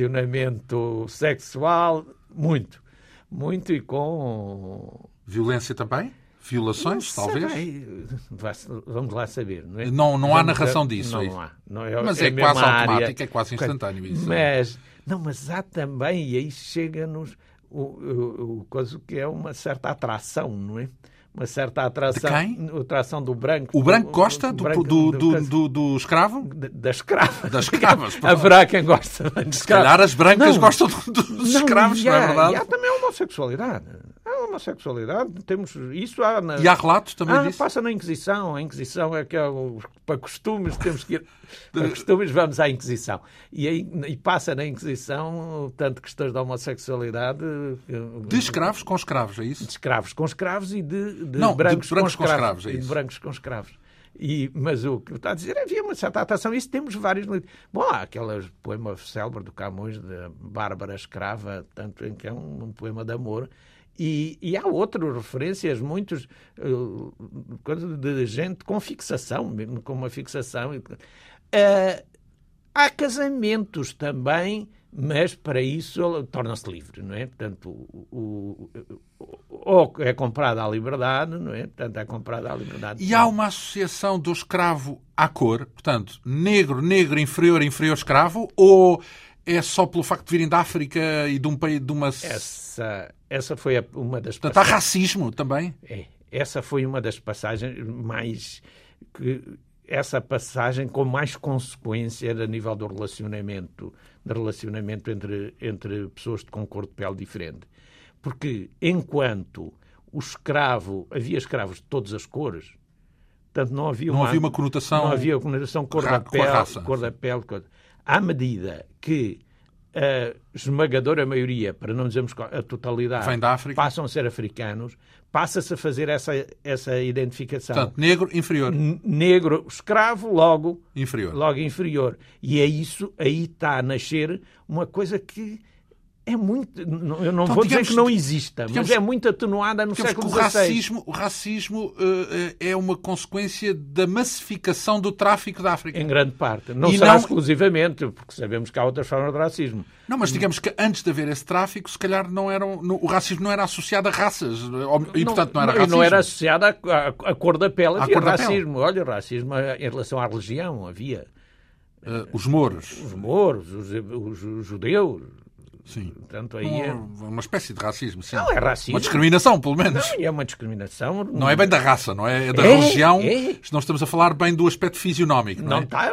Speaker 2: relacionamento sexual, muito. Muito e com.
Speaker 1: Violência também? Violações, talvez?
Speaker 2: Sei, vai- vamos lá saber, não é?
Speaker 1: Não- não há
Speaker 2: Vamos
Speaker 1: narração
Speaker 2: a-
Speaker 1: disso,
Speaker 2: Não
Speaker 1: é isso?
Speaker 2: há. Não é,
Speaker 1: Mas
Speaker 2: é
Speaker 1: é,
Speaker 2: a mesma
Speaker 1: quase
Speaker 2: área.
Speaker 1: automático, é quase instantâneo isso.
Speaker 2: Mas, não, mas há também, e aí chega-nos o, o, o coisa que é uma certa atração, não é? Uma certa atração.
Speaker 1: quem?
Speaker 2: Atração do branco.
Speaker 1: O branco gosta
Speaker 2: O
Speaker 1: do,
Speaker 2: branco é um
Speaker 1: do,
Speaker 2: do-
Speaker 1: do, do- do escravo?
Speaker 2: da- das escravas.
Speaker 1: Das escravas, pronto.
Speaker 2: Haverá quem gosta de
Speaker 1: Se calhar as brancas
Speaker 2: Não.
Speaker 1: gostam do- dos escravos,
Speaker 2: e
Speaker 1: não é
Speaker 2: há-
Speaker 1: verdade?
Speaker 2: E há também a homossexualidade. Há a homossexualidade, temos isso há na.
Speaker 1: E há relatos também
Speaker 2: Ah,
Speaker 1: disso?
Speaker 2: passa na Inquisição. A Inquisição é que é o- para costumes temos que ir. Para costumes vamos à Inquisição. E, aí, e passa na Inquisição tanto questões da homossexualidade. eh,
Speaker 1: De escravos com escravos, é isso?
Speaker 2: de escravos com escravos e de, de
Speaker 1: Não, de
Speaker 2: brancos,
Speaker 1: brancos com
Speaker 2: com escravos.
Speaker 1: escravos, é
Speaker 2: e de
Speaker 1: isso.
Speaker 2: brancos com escravos. E, mas o que está a dizer é, havia uma certa atração, isso temos vários livros. Bom, há aquele poema célebre do Camões, de Bárbara Escrava, tanto em que é um, um poema de amor. E, e há outras referências, muitos eh, coisas de gente com fixação, mesmo com uma fixação. Eh, Há casamentos também, mas para isso ele torna-se livre, não é? Portanto, o, o- o- ou é comprada a liberdade, não é? Portanto, é comprada a liberdade.
Speaker 1: E há uma associação do escravo à cor, portanto, negro, negro, inferior, inferior, escravo, ou é só pelo facto de virem da África e de um país, de
Speaker 2: É,
Speaker 1: uma...
Speaker 2: Essa, essa foi a- uma das
Speaker 1: Portanto, há racismo também?
Speaker 2: É, essa foi uma das passagens mais que essa passagem com mais consequência a nível do relacionamento, do relacionamento entre entre pessoas de com cor de pele diferente. Porque enquanto o escravo, havia escravos de todas as cores, portanto não havia
Speaker 1: Não
Speaker 2: uma
Speaker 1: havia uma conotação...
Speaker 2: não havia conotação cor
Speaker 1: Então, ra-
Speaker 2: da
Speaker 1: com a
Speaker 2: pele,
Speaker 1: raça.
Speaker 2: cor da pele, coisa. À medida que a esmagadora maioria, para não dizermos a totalidade,
Speaker 1: Vem da África.
Speaker 2: passam a ser africanos, passa-se a fazer essa, essa identificação.
Speaker 1: Portanto, negro, inferior,
Speaker 2: N- Negro, escravo, logo,
Speaker 1: inferior.
Speaker 2: logo inferior. E é isso, aí está a nascer uma coisa que é muito. n- Eu não
Speaker 1: Então,
Speaker 2: vou
Speaker 1: digamos-
Speaker 2: dizer que não exista,
Speaker 1: digamos-
Speaker 2: mas é muito atenuada no
Speaker 1: Digamos que
Speaker 2: século
Speaker 1: o
Speaker 2: XVI.
Speaker 1: racismo, o racismo eh, eh, é uma consequência da massificação do tráfico da África.
Speaker 2: Em grande parte. Não
Speaker 1: E
Speaker 2: será
Speaker 1: não-
Speaker 2: exclusivamente, porque sabemos que há outras formas de racismo.
Speaker 1: Não, mas digamos que antes de haver esse tráfico, se calhar não eram, não- o racismo não era associado a raças. eh, ou- E, portanto, não era
Speaker 2: e
Speaker 1: racismo.
Speaker 2: não era associada à, à- à cor da pele.
Speaker 1: À
Speaker 2: Havia
Speaker 1: cor da
Speaker 2: racismo. Olha, racismo eh, em relação à religião. Havia
Speaker 1: Eh, os mouros.
Speaker 2: os mouros, os, os- os judeus.
Speaker 1: Sim. Hum.
Speaker 2: Portanto, aí é...
Speaker 1: Uma, uma espécie de racismo, sim.
Speaker 2: Não é racismo.
Speaker 1: Uma discriminação, pelo menos.
Speaker 2: Não, e é uma discriminação.
Speaker 1: Não é bem da raça, não é? É da
Speaker 2: É,
Speaker 1: religião.
Speaker 2: é.
Speaker 1: Não estamos a falar bem do aspecto fisionómico, não,
Speaker 2: Não
Speaker 1: é?
Speaker 2: está,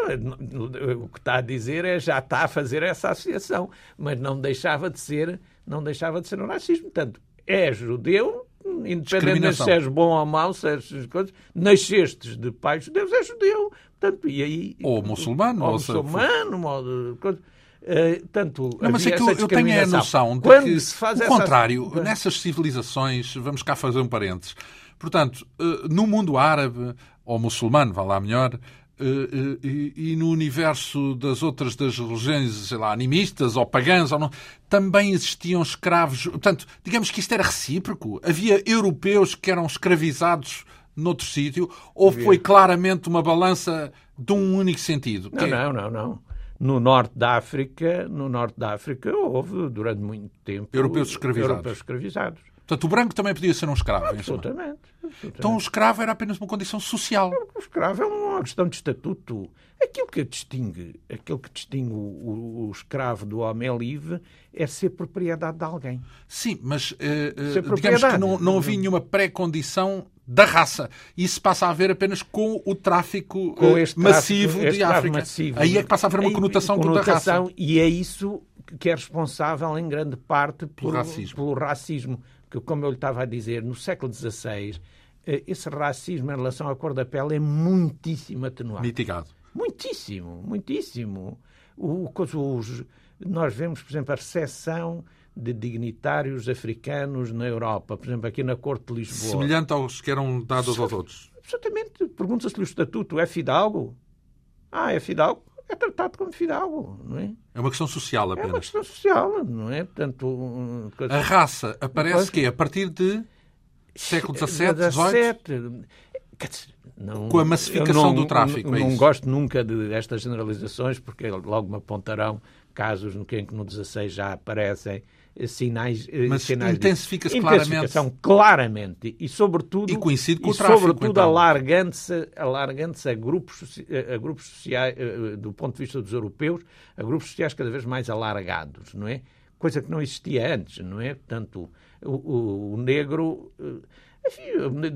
Speaker 2: o que está a dizer é já está a fazer essa associação, mas não deixava de ser, não deixava de ser um racismo. Portanto, é judeu, independentemente
Speaker 1: Discriminação.
Speaker 2: se és bom ou mau, se és essas coisas, nascestes de pais judeus, é judeu. Portanto, e aí
Speaker 1: Ou muçulmano,
Speaker 2: ou
Speaker 1: ou se-
Speaker 2: muçulmano, ou de coisa. Eh, tanto
Speaker 1: Não, mas é
Speaker 2: havia
Speaker 1: que eu,
Speaker 2: essa
Speaker 1: eu tenho a
Speaker 2: discriminação.
Speaker 1: noção de
Speaker 2: Quando
Speaker 1: que,
Speaker 2: se faz
Speaker 1: o
Speaker 2: essa-
Speaker 1: contrário, né? nessas civilizações, vamos cá fazer um parênteses. Portanto, eh, no mundo árabe, ou muçulmano, vá lá melhor, eh, eh, e e no universo das outras das religiões, sei lá, animistas ou pagãs, ou não, também existiam escravos. Portanto, digamos que isto era recíproco. Havia europeus que eram escravizados noutro sítio, ou foi claramente uma balança de um único sentido?
Speaker 2: Não,
Speaker 1: Que é-
Speaker 2: não, não, não. No norte da África, no norte da África houve durante muito tempo
Speaker 1: Europeus escravizados.
Speaker 2: Europeus escravizados.
Speaker 1: Portanto, o branco também podia ser um escravo. em suma.
Speaker 2: Absolutamente. absolutamente.
Speaker 1: Então o escravo era apenas uma condição social.
Speaker 2: o escravo é uma questão de estatuto. Aquilo que distingue, aquilo que distingue o, o- o escravo do homem livre é ser propriedade de alguém.
Speaker 1: Sim, mas eh, eh,
Speaker 2: Isso é
Speaker 1: digamos que
Speaker 2: propriedade.
Speaker 1: não, não havia nenhuma pré-condição da raça. Isso passa a haver apenas com o tráfico,
Speaker 2: Com
Speaker 1: eh,
Speaker 2: este tráfico-
Speaker 1: massivo
Speaker 2: este
Speaker 1: de
Speaker 2: tráfico
Speaker 1: África.
Speaker 2: massivo.
Speaker 1: Aí é que passa a haver uma
Speaker 2: Aí,
Speaker 1: conotação, da raça.
Speaker 2: conotação, E é isso que é responsável, em grande parte, pelo,
Speaker 1: racismo.
Speaker 2: pelo racismo. Que, como eu lhe estava a dizer, no século XVI eh, esse racismo em relação à cor da pele é muitíssimo atenuado.
Speaker 1: Mitigado.
Speaker 2: Muitíssimo, muitíssimo. O, os, nós vemos, por exemplo, a recessão de dignitários africanos na Europa, por exemplo, aqui na Corte de Lisboa.
Speaker 1: Semelhante aos que eram dados aos outros.
Speaker 2: Absolutamente. Pergunta-se-lhe o estatuto. É fidalgo? Ah, é fidalgo? É tratado como fidalgo, não é?
Speaker 1: É uma questão social apenas.
Speaker 2: É uma questão social, não é? Portanto,
Speaker 1: A raça aparece que a partir de século XVII, XVIII?
Speaker 2: Não,
Speaker 1: com a massificação
Speaker 2: não,
Speaker 1: do tráfico.
Speaker 2: Não,
Speaker 1: é
Speaker 2: não
Speaker 1: isso?
Speaker 2: gosto nunca de- destas generalizações, porque logo me apontarão casos no que em que no 16 já aparecem eh, sinais. eh,
Speaker 1: Mas
Speaker 2: sinais de-
Speaker 1: intensifica-se
Speaker 2: Intensificação, um claramente. E, sobretudo,
Speaker 1: E coincide com
Speaker 2: e
Speaker 1: o tráfico,
Speaker 2: sobretudo
Speaker 1: então.
Speaker 2: alargando-se alargando a grupos, soci- eh, a grupos sociais, eh, eh, do ponto de vista dos europeus, a grupos sociais cada vez mais alargados, não é? Coisa que não existia antes, não é? Portanto, o, o- o negro. eh, Enfim,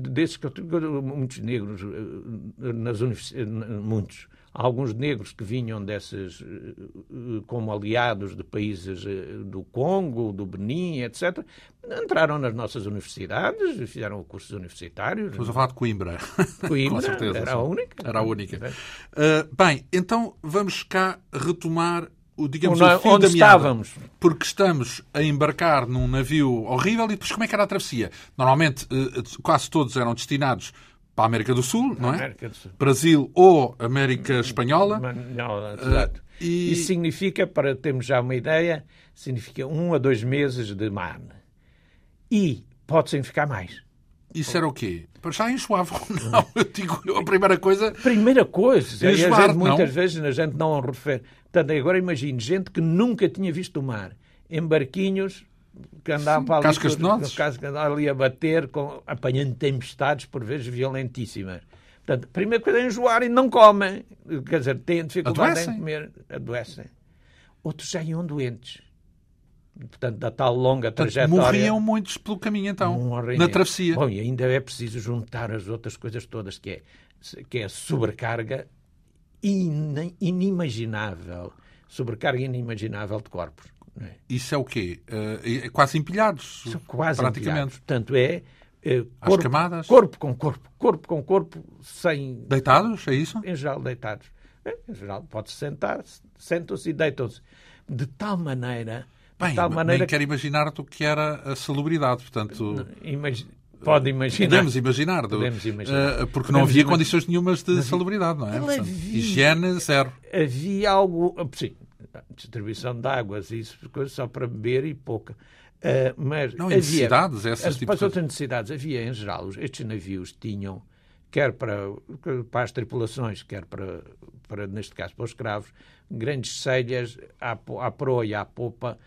Speaker 2: desses que eu tenho, muitos negros, eh, nas univers- eh, muitos, alguns negros que vinham desses eh, eh, como aliados de países eh, do Congo, do Benin, etc., entraram nas nossas universidades, fizeram cursos universitários.
Speaker 1: Estamos a falar de Coimbra.
Speaker 2: Coimbra
Speaker 1: Com certeza.
Speaker 2: né? era
Speaker 1: sim.
Speaker 2: a única.
Speaker 1: Era a única.
Speaker 2: É.
Speaker 1: Ah, bem, então vamos cá retomar o, digamos,
Speaker 2: Onde-
Speaker 1: o fio
Speaker 2: onde
Speaker 1: da meada.
Speaker 2: estávamos.
Speaker 1: Porque estamos a embarcar num navio horrível e depois como é que era a travessia? Normalmente eh, quase todos eram destinados para a América do Sul, não é?
Speaker 2: América do Sul.
Speaker 1: Brasil ou América Espanhola.
Speaker 2: Mas, não, exato.
Speaker 1: Ah, e-
Speaker 2: Isso significa, para termos já uma ideia, significa um a dois meses de mar. E pode significar mais.
Speaker 1: Isso era o quê? Para já enjoavam,
Speaker 2: Uhum.
Speaker 1: não. Eu digo, a primeira coisa
Speaker 2: Primeira coisa, e a
Speaker 1: Esbar,
Speaker 2: gente, muitas
Speaker 1: não?
Speaker 2: vezes a gente não refere. Portanto, agora imagine gente que nunca tinha visto o mar, em barquinhos que andavam para ali,
Speaker 1: cascas de
Speaker 2: todos-
Speaker 1: nozes.
Speaker 2: cascas que andavam ali a bater, com, apanhando tempestades por vezes violentíssimas. Portanto, primeira coisa é enjoar e não comem. Quer dizer, têm dificuldade
Speaker 1: Adoecem.
Speaker 2: em comer, adoecem. Outros já iam doentes. Portanto, da tal longa
Speaker 1: Portanto,
Speaker 2: trajetória.
Speaker 1: morriam muitos pelo caminho, então,
Speaker 2: Morrem.
Speaker 1: na travessia.
Speaker 2: um Bom, e ainda é preciso juntar as outras coisas todas, que é, que é a sobrecarga in- inimaginável. Sobrecarga inimaginável de corpos. não é?
Speaker 1: Isso é o quê? Eh, é quase empilhados.
Speaker 2: São quase empilhados.
Speaker 1: praticamente.
Speaker 2: Portanto, é eh,
Speaker 1: Às camadas?
Speaker 2: corpo com corpo, corpo com corpo, sem,
Speaker 1: Deitados, é isso?
Speaker 2: em geral deitados. Eh, Em geral, pode-se sentar, se- sentam-se e deitam-se. De tal maneira...
Speaker 1: Bem,
Speaker 2: de tal
Speaker 1: ma-
Speaker 2: maneira
Speaker 1: nem quero imaginar do que era a celebridade, portanto...
Speaker 2: que, imagi- pode imaginar.
Speaker 1: Podemos imaginar, do-
Speaker 2: é? Podemos imaginar.
Speaker 1: eh, porque não
Speaker 2: Podemos
Speaker 1: havia
Speaker 2: imaginar.
Speaker 1: condições nenhumas de celebridade, não é?
Speaker 2: Ela
Speaker 1: Portanto,
Speaker 2: havia-
Speaker 1: higiene zero.
Speaker 2: havia algo. Sim, distribuição de águas, isso, coisa só para beber e pouca. Ah, mas
Speaker 1: Não, e
Speaker 2: havia,
Speaker 1: necessidades, essas
Speaker 2: as-
Speaker 1: tipo de
Speaker 2: para as
Speaker 1: coisa.
Speaker 2: outras necessidades, havia em geral, os- estes navios tinham, quer para, para as tripulações, quer para, para, neste caso, para os escravos, grandes selhas à, po- à proa e à popa,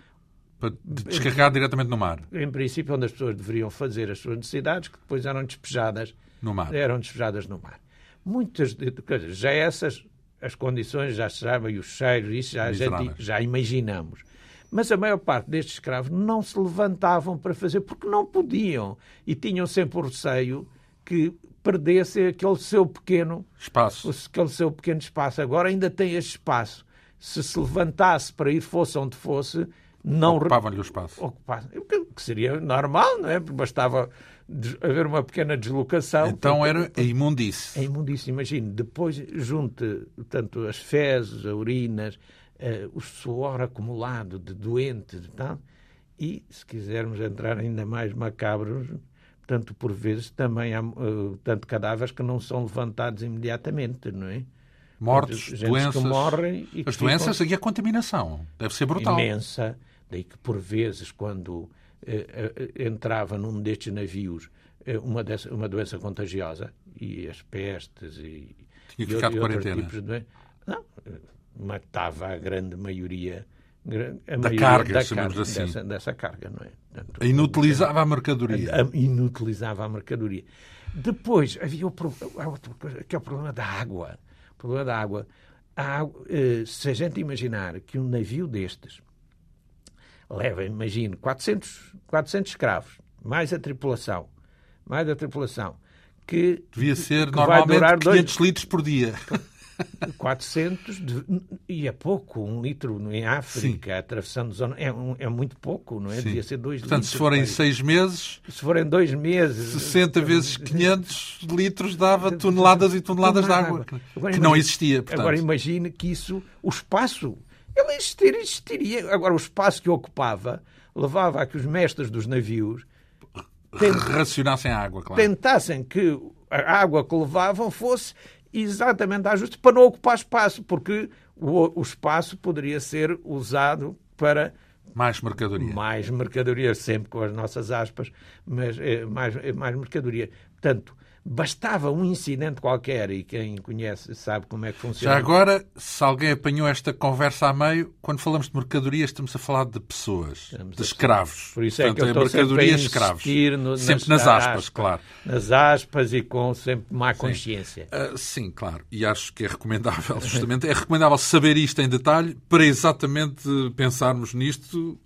Speaker 1: Para de- descarregar diretamente no mar.
Speaker 2: em princípio, onde as pessoas deveriam fazer as suas necessidades, que depois eram despejadas
Speaker 1: No mar.
Speaker 2: Eram despejadas no mar. Muitas de, quer dizer, já essas as condições já se sabem, e os cheiros, isso já, a
Speaker 1: Miseráveis.
Speaker 2: gente- já imaginamos. Mas a maior parte destes escravos não se levantavam para fazer porque não podiam e tinham sempre o receio que perdesse aquele seu pequeno
Speaker 1: Espaço.
Speaker 2: o- aquele seu pequeno espaço. Agora ainda tem este espaço. Se se levantasse para ir fosse onde fosse, não re-
Speaker 1: Ocupavam-lhe o espaço.
Speaker 2: ocupasse. O que que seria normal, não é? Porque bastava des- haver uma pequena deslocação.
Speaker 1: Então
Speaker 2: Porque-
Speaker 1: era a imundice.
Speaker 2: É imundíssimo, imagino. Depois junte, tanto as fezes, a urinas, eh, o suor acumulado de doente e tal. E, se quisermos entrar ainda mais macabros, tanto por vezes também há eh, tanto cadáveres que não são levantados imediatamente, não é?
Speaker 1: Mortos,
Speaker 2: Gente que
Speaker 1: doenças.
Speaker 2: morrem e que
Speaker 1: As
Speaker 2: ficam-
Speaker 1: doenças e a contaminação. Deve ser brutal.
Speaker 2: imensa, daí que por vezes quando eh, eh, entrava num destes navios eh, uma, dessa- uma doença contagiosa e as pestes e,
Speaker 1: Tinha que
Speaker 2: e
Speaker 1: ficar
Speaker 2: ou-
Speaker 1: de
Speaker 2: e outros
Speaker 1: quarentena.
Speaker 2: tipos de doença, não, eh, matava a grande maioria, gran- a
Speaker 1: carga, chamemos assim.
Speaker 2: dessa, dessa carga, não é? Portanto,
Speaker 1: Inutilizava a mercadoria.
Speaker 2: a- inutilizava a mercadoria. Depois havia o pro- há outra coisa, que é o problema da água. O problema da água. A água, eh, se a gente imaginar que um navio destes leva, imagino, 400, 400 escravos, mais a tripulação, mais a tripulação, que
Speaker 1: Devia ser
Speaker 2: que vai
Speaker 1: normalmente
Speaker 2: durar dois-
Speaker 1: 500 litros por dia.
Speaker 2: 400 de- e é pouco, um litro em África, atravessando zona, é, um- é muito pouco, não é? Devia ser dois
Speaker 1: Portanto,
Speaker 2: litros.
Speaker 1: se forem
Speaker 2: talvez.
Speaker 1: seis meses,
Speaker 2: se forem dois meses.
Speaker 1: 60 vezes 500 litros dava toneladas e toneladas de água,
Speaker 2: Agora
Speaker 1: que não
Speaker 2: imagine-
Speaker 1: existia, portanto.
Speaker 2: Agora imagine que isso, o espaço, ele existiria, existiria. Agora o espaço que ocupava levava a que os mestres dos navios
Speaker 1: Ah. racionassem a água, claro.
Speaker 2: tentassem que a água que levavam fosse exatamente a ajuste para não ocupar espaço, porque o, o espaço poderia ser usado para
Speaker 1: Mais mercadoria.
Speaker 2: mais mercadoria, sempre com as nossas aspas, mas eh, mais, eh, mais mercadoria. Portanto, bastava um incidente qualquer, e quem conhece sabe como é que
Speaker 1: Já
Speaker 2: funciona.
Speaker 1: agora, se alguém apanhou esta conversa a meio, quando falamos de mercadoria, estamos a falar de pessoas, de escravos.
Speaker 2: Por isso é
Speaker 1: Portanto,
Speaker 2: que eu estou sempre a
Speaker 1: mercadoria escravos.
Speaker 2: insistir no-
Speaker 1: sempre nas aspas, claro.
Speaker 2: Nas aspas e com sempre má consciência.
Speaker 1: Ah, sim, claro. E acho que é recomendável, justamente. É recomendável saber isto em detalhe para exatamente pensarmos nisto.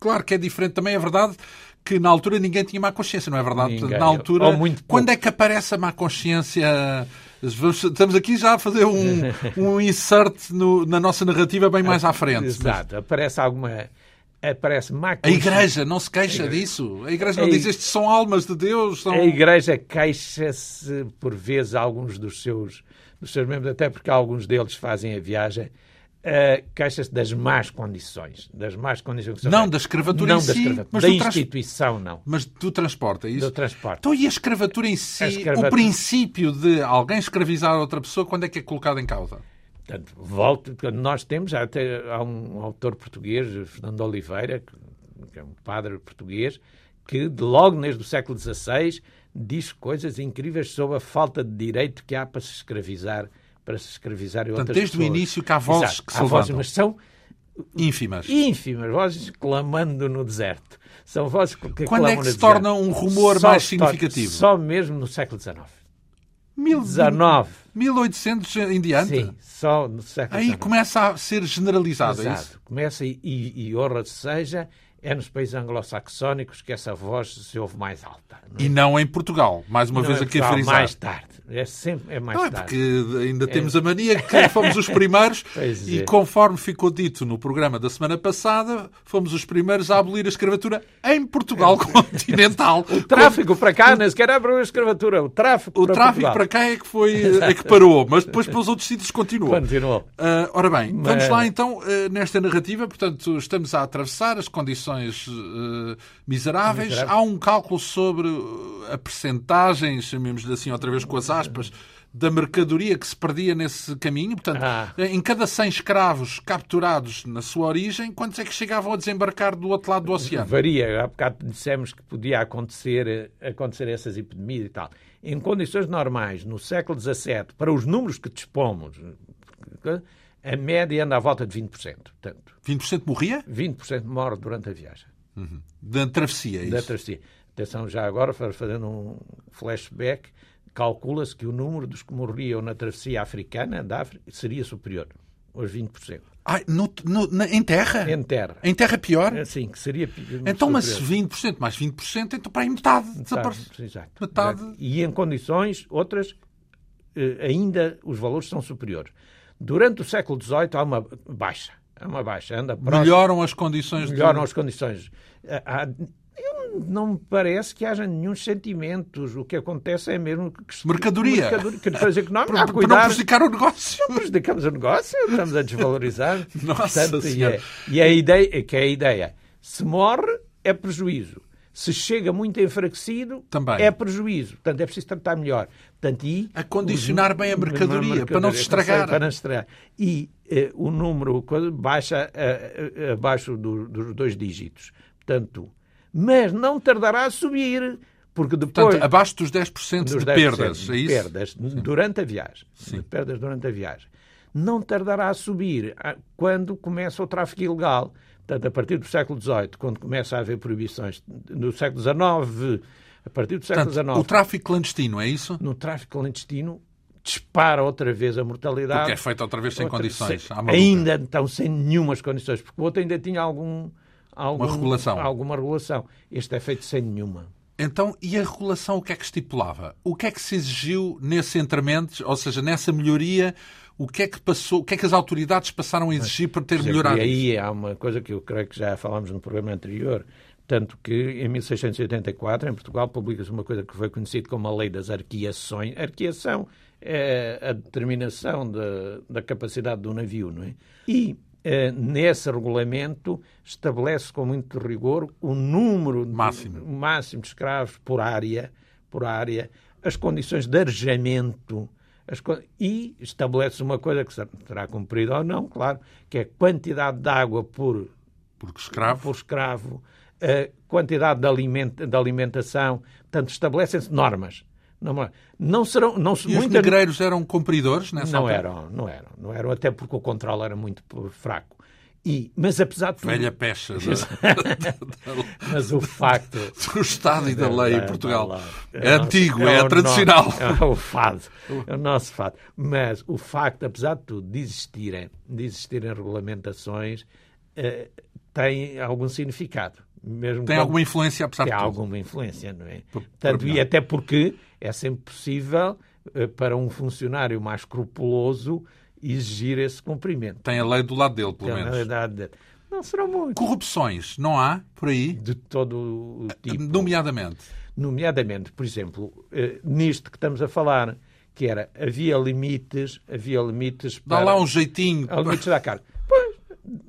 Speaker 1: Claro que é diferente também, é verdade que na altura ninguém tinha má consciência, não é verdade?
Speaker 2: Ninguém.
Speaker 1: Portanto, na altura,
Speaker 2: Ou muito pouco.
Speaker 1: quando é que aparece a má consciência? Vamos- Estamos aqui já a fazer um, um insert no- na nossa narrativa bem mais à frente. mas
Speaker 2: Exato, aparece alguma. Aparece má
Speaker 1: A
Speaker 2: consciência.
Speaker 1: igreja não se queixa disso. A igreja não
Speaker 2: A
Speaker 1: diz
Speaker 2: ig-
Speaker 1: estes são almas de Deus. São...
Speaker 2: A Igreja queixa-se por vezes alguns dos seus, dos seus membros, até porque alguns deles fazem a viagem, eh, queixa-se das más condições, das más condições que são
Speaker 1: Não
Speaker 2: feitas.
Speaker 1: da escravatura
Speaker 2: não
Speaker 1: em
Speaker 2: da,
Speaker 1: si,
Speaker 2: escrava-
Speaker 1: mas
Speaker 2: da
Speaker 1: do trans-
Speaker 2: instituição não,
Speaker 1: Mas do transporte, é isso?
Speaker 2: do transporte.
Speaker 1: Então, e a escravatura em si,
Speaker 2: A escravatura-
Speaker 1: o princípio de alguém escravizar outra pessoa, quando é que é colocado em causa?
Speaker 2: Portanto, volto, portanto, nós temos há até há um autor português, Fernando Oliveira, que- que é um padre português, que de logo desde o século XVI diz coisas incríveis sobre a falta de direito que há para se escravizar, para se escravizar outras
Speaker 1: Portanto, desde o
Speaker 2: pessoas.
Speaker 1: início que há vozes
Speaker 2: Exato,
Speaker 1: que
Speaker 2: há
Speaker 1: se
Speaker 2: vozes,
Speaker 1: levantam.
Speaker 2: mas são
Speaker 1: Ínfimas.
Speaker 2: ínfimas, vozes clamando no deserto. São vozes que que
Speaker 1: Quando
Speaker 2: clamam
Speaker 1: é
Speaker 2: no
Speaker 1: que se
Speaker 2: deserto.
Speaker 1: torna um rumor
Speaker 2: Só
Speaker 1: mais
Speaker 2: se torna-
Speaker 1: significativo?
Speaker 2: Só mesmo no século XIX.
Speaker 1: Mil-
Speaker 2: 19,
Speaker 1: 1800 em diante?
Speaker 2: sim, só no século
Speaker 1: Aí
Speaker 2: XIX.
Speaker 1: começa a ser generalizado, é isso?
Speaker 2: Exato. Começa e, e, e honra seja, é nos países anglo-saxónicos que essa voz se ouve mais alta. Não é?
Speaker 1: E não em Portugal, mais uma
Speaker 2: Não
Speaker 1: vez
Speaker 2: é
Speaker 1: aqui a
Speaker 2: Portugal,
Speaker 1: frisar.
Speaker 2: mais tarde. É sempre é mais
Speaker 1: Não é
Speaker 2: tarde.
Speaker 1: porque ainda temos a mania que fomos os primeiros
Speaker 2: Pois
Speaker 1: e
Speaker 2: é.
Speaker 1: conforme ficou dito no programa da semana passada, fomos os primeiros a abolir a escravatura em Portugal continental.
Speaker 2: O tráfico para cá, nem sequer abre a escravatura. O tráfico
Speaker 1: O
Speaker 2: para
Speaker 1: tráfico
Speaker 2: Portugal.
Speaker 1: para cá é que, foi, é que parou, mas depois para os outros sítios continuou.
Speaker 2: Continuou.
Speaker 1: Ah, ora bem, vamos
Speaker 2: Mas-
Speaker 1: lá então ah, nesta narrativa. Portanto, estamos a atravessar as condições ah, miseráveis.
Speaker 2: Miseráveis.
Speaker 1: Há um cálculo sobre ah, a percentagem, chamemos-lhe assim outra vez com as aspas, da mercadoria que se perdia nesse caminho. Portanto,
Speaker 2: Ah.
Speaker 1: em cada 100 escravos capturados na sua origem, quantos é que chegavam a desembarcar do outro lado do oceano?
Speaker 2: Varia. Há bocado dissemos que podia acontecer, eh, acontecer essas epidemias e tal. Em condições normais, no século XVII, para os números que dispomos, a média anda à volta de 20%. Portanto,
Speaker 1: 20% morria
Speaker 2: 20% morre durante a viagem.
Speaker 1: da travessia, é
Speaker 2: da
Speaker 1: isso?
Speaker 2: travessia. Atenção, já agora, fa- fazendo um flashback, calcula-se que o número dos que morriam na travessia africana da África seria superior aos 20%.
Speaker 1: Ai, no- no- na- em terra?
Speaker 2: Em terra.
Speaker 1: Em terra pior?
Speaker 2: Assim, que seria. pi-
Speaker 1: Então, mas se
Speaker 2: superior.
Speaker 1: 20% mais 20%, então para aí metade desaparece.
Speaker 2: Exato, exato.
Speaker 1: Metade.
Speaker 2: Exato. E em condições outras, eh, ainda os valores são superiores. Durante o século XVIII há uma baixa. Há uma baixa. Anda próximo.
Speaker 1: Melhoram as condições
Speaker 2: melhoram
Speaker 1: do...
Speaker 2: as condições. Ah, ah, eu não me parece que haja nenhum sentimentos. O que acontece é mesmo que que-
Speaker 1: Mercadoria.
Speaker 2: mercadoria questões económicas,
Speaker 1: para,
Speaker 2: há
Speaker 1: para não
Speaker 2: Ah, cuidar.
Speaker 1: prejudicar o negócio.
Speaker 2: Prejudicamos o negócio, estamos a desvalorizar.
Speaker 1: Nossa
Speaker 2: e,
Speaker 1: Senhora.
Speaker 2: é, e a ideia, que é a ideia, se morre é prejuízo. Se chega muito enfraquecido,
Speaker 1: Também.
Speaker 2: é prejuízo. Portanto, é preciso tratar melhor. Portanto, e
Speaker 1: A condicionar bem a mercadoria, para não se estragar.
Speaker 2: para não se estragar. E eh, o número coisa, baixa eh, eh, abaixo do- dos dois dígitos. Portanto, mas não tardará a subir, porque depois
Speaker 1: Portanto, abaixo dos 10% de
Speaker 2: dos 10%
Speaker 1: perdas,
Speaker 2: de
Speaker 1: é isso?
Speaker 2: perdas durante a viagem. De perdas durante a viagem. Não tardará a subir ah, quando começa o tráfico ilegal. Portanto, a partir do século XVIII, quando começa a haver proibições, no século XIX, a Ah, partir do século
Speaker 1: Portanto, o
Speaker 2: XIX,
Speaker 1: tráfico clandestino, é isso?
Speaker 2: no tráfico clandestino, dispara outra vez a mortalidade.
Speaker 1: Porque é feito outra vez sem
Speaker 2: Outra-
Speaker 1: condições.
Speaker 2: sem-
Speaker 1: à maluca.
Speaker 2: ainda então sem nenhumas condições, porque o outro ainda tinha algum, algum-
Speaker 1: Uma regulação.
Speaker 2: alguma regulação. Este é feito sem nenhuma.
Speaker 1: Então, e a regulação o que é que estipulava? O que é que se exigiu nesse entrementes, ou seja, nessa melhoria? O que é que passou, o que é que as autoridades passaram a exigir para ter
Speaker 2: Quer dizer,
Speaker 1: melhorado?
Speaker 2: E
Speaker 1: isso?
Speaker 2: aí há uma coisa que eu creio que já falámos no programa anterior, tanto que em 1684, em Portugal, publica-se uma coisa que foi conhecida como a Lei das Arqueações. Arqueação é a determinação da, da capacidade do navio, não é? E eh, nesse regulamento estabelece com muito rigor o número de-
Speaker 1: Máximo.
Speaker 2: máximo de escravos por área, por área, as condições de arejamento as co- e estabelece uma coisa que ser- será cumprida ou não, claro, que é a quantidade de água por,
Speaker 1: Porque escravo.
Speaker 2: por escravo, a quantidade de, aliment- de alimentação, portanto, estabelecem-se normas. Não, não serão, não, se-
Speaker 1: E os
Speaker 2: muitas-
Speaker 1: negreiros eram cumpridores nessa
Speaker 2: não
Speaker 1: altura?
Speaker 2: eram, não eram, não eram, até porque o controle era muito p- fraco. E, mas apesar de tudo,
Speaker 1: Velha pecha da-
Speaker 2: mas o facto
Speaker 1: do Estado e da lei em
Speaker 2: É,
Speaker 1: Portugal.
Speaker 2: vai lá.
Speaker 1: É
Speaker 2: o
Speaker 1: antigo,
Speaker 2: nosso-
Speaker 1: é
Speaker 2: o
Speaker 1: tradicional.
Speaker 2: nosso- é o fado, é o nosso fado. Mas o facto, apesar de tudo, de existirem, de existirem regulamentações, eh, tem algum significado. Mesmo
Speaker 1: Tem
Speaker 2: quando-
Speaker 1: alguma influência, apesar de
Speaker 2: tem
Speaker 1: tudo.
Speaker 2: alguma influência, não é?
Speaker 1: por
Speaker 2: Portanto, e
Speaker 1: melhor.
Speaker 2: até porque é sempre possível eh, para um funcionário mais escrupuloso exigir esse cumprimento.
Speaker 1: Tem a lei do lado dele, pelo
Speaker 2: Então, na
Speaker 1: menos.
Speaker 2: realidade, não serão muito.
Speaker 1: Corrupções, não há por aí?
Speaker 2: De todo
Speaker 1: Ah,
Speaker 2: o tipo.
Speaker 1: Nomeadamente.
Speaker 2: nomeadamente, por exemplo, eh, nisto que estamos a falar, que era havia limites, havia limites
Speaker 1: Dá
Speaker 2: para
Speaker 1: lá um jeitinho
Speaker 2: há limites da carga. Pois,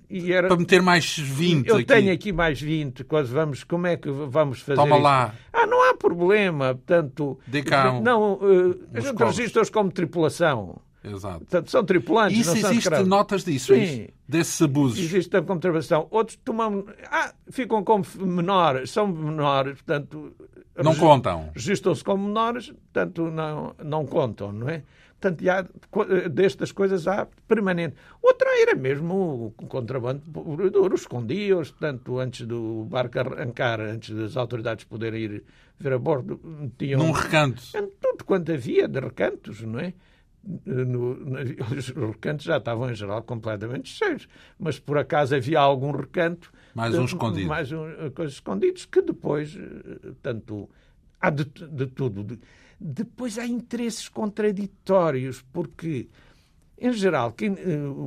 Speaker 2: e era
Speaker 1: para meter mais 20
Speaker 2: eu
Speaker 1: aqui.
Speaker 2: tenho aqui mais 20, quase vamos, como é que vamos fazer
Speaker 1: Toma
Speaker 2: isto?
Speaker 1: lá.
Speaker 2: Ah, não há problema, portanto,
Speaker 1: Dê cá um-
Speaker 2: não, eh, a
Speaker 1: uns
Speaker 2: gente
Speaker 1: cobres.
Speaker 2: registra-os como tripulação.
Speaker 1: Exato.
Speaker 2: Portanto, são tripulantes,
Speaker 1: Isso
Speaker 2: não são
Speaker 1: existe
Speaker 2: escravos.
Speaker 1: notas disso, é
Speaker 2: Sim.
Speaker 1: isso? desses abusos.
Speaker 2: Existe a contravenção. Outros tomam. Ah, ficam como f- menores, são menores, portanto.
Speaker 1: Não
Speaker 2: regi-
Speaker 1: contam.
Speaker 2: registram-se como menores, portanto não, não contam, não é? Portanto, e há, co- eh, destas coisas há permanente. Outra era mesmo o contrabando por ouro, escondiam-os, portanto, antes do barco arrancar, antes das autoridades poderem ir ver a bordo, tinham
Speaker 1: Num recanto.
Speaker 2: portanto, tudo quanto havia de recantos, não é? No- no- os recantos já estavam em geral completamente cheios, mas por acaso havia algum recanto
Speaker 1: Mais um
Speaker 2: eh,
Speaker 1: escondido.
Speaker 2: mais um, coisas escondidos que depois, eh, tanto há de, tu- de tudo. De- depois há interesses contraditórios porque em geral, quem, eh, o,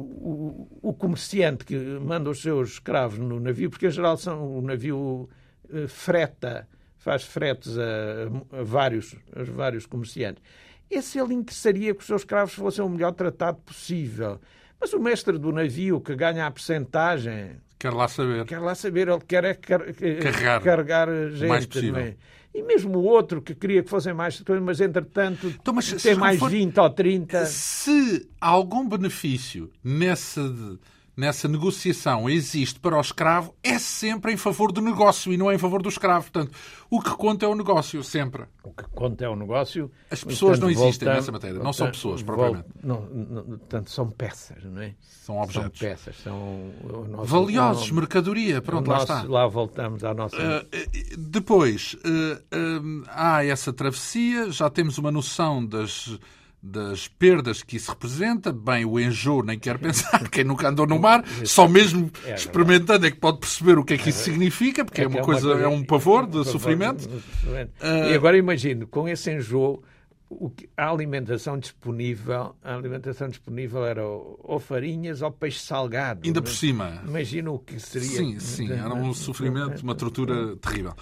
Speaker 2: o- o comerciante que manda os seus escravos no navio, porque em geral são, o navio eh, freta, faz fretes a, a vários, a vários comerciantes. Esse ele interessaria que os seus escravos fossem o melhor tratado possível. Mas o mestre do navio que ganha a percentagem,
Speaker 1: Quero lá saber.
Speaker 2: quer lá saber, ele quer é car-
Speaker 1: Carregar.
Speaker 2: carregar a gente.
Speaker 1: mais possível.
Speaker 2: não é? E mesmo o outro que queria que fossem mais coisas, mas entretanto
Speaker 1: Então, mas se
Speaker 2: tem mais
Speaker 1: for-
Speaker 2: 20 ou 30.
Speaker 1: Se algum benefício nessa, nessa negociação existe para o escravo, é sempre em favor do negócio e não é em favor do escravo. Portanto, o que conta é o negócio, sempre.
Speaker 2: O que conta é o negócio.
Speaker 1: As pessoas
Speaker 2: Portanto,
Speaker 1: não existem
Speaker 2: volta-
Speaker 1: nessa matéria, não são pessoas,
Speaker 2: vol-
Speaker 1: propriamente.
Speaker 2: Não, não, portanto, são peças, não é?
Speaker 1: São objetos.
Speaker 2: São peças, são o nosso-
Speaker 1: Valiosos,
Speaker 2: o-
Speaker 1: mercadoria,
Speaker 2: o
Speaker 1: pronto, lá
Speaker 2: nosso-
Speaker 1: está.
Speaker 2: Lá voltamos à nossa.
Speaker 1: Uh, uh, Depois, uh, um, há essa travessia, já temos uma noção das, das perdas que isso representa. Bem, o enjoo nem quero pensar, quem nunca andou no mar, só mesmo
Speaker 2: verdade.
Speaker 1: experimentando é que pode perceber o que é que isso significa, porque é
Speaker 2: que
Speaker 1: uma coisa, é um pavor de sofrimento. Ah.
Speaker 2: de sofrimento. E agora imagino, com esse enjoo, o que- a alimentação disponível, a alimentação disponível era ou, ou farinhas ou peixe salgado.
Speaker 1: Ainda
Speaker 2: não é?
Speaker 1: por cima.
Speaker 2: Imagino o que seria.
Speaker 1: Sim, sim, era um sofrimento, uma tortura terrível.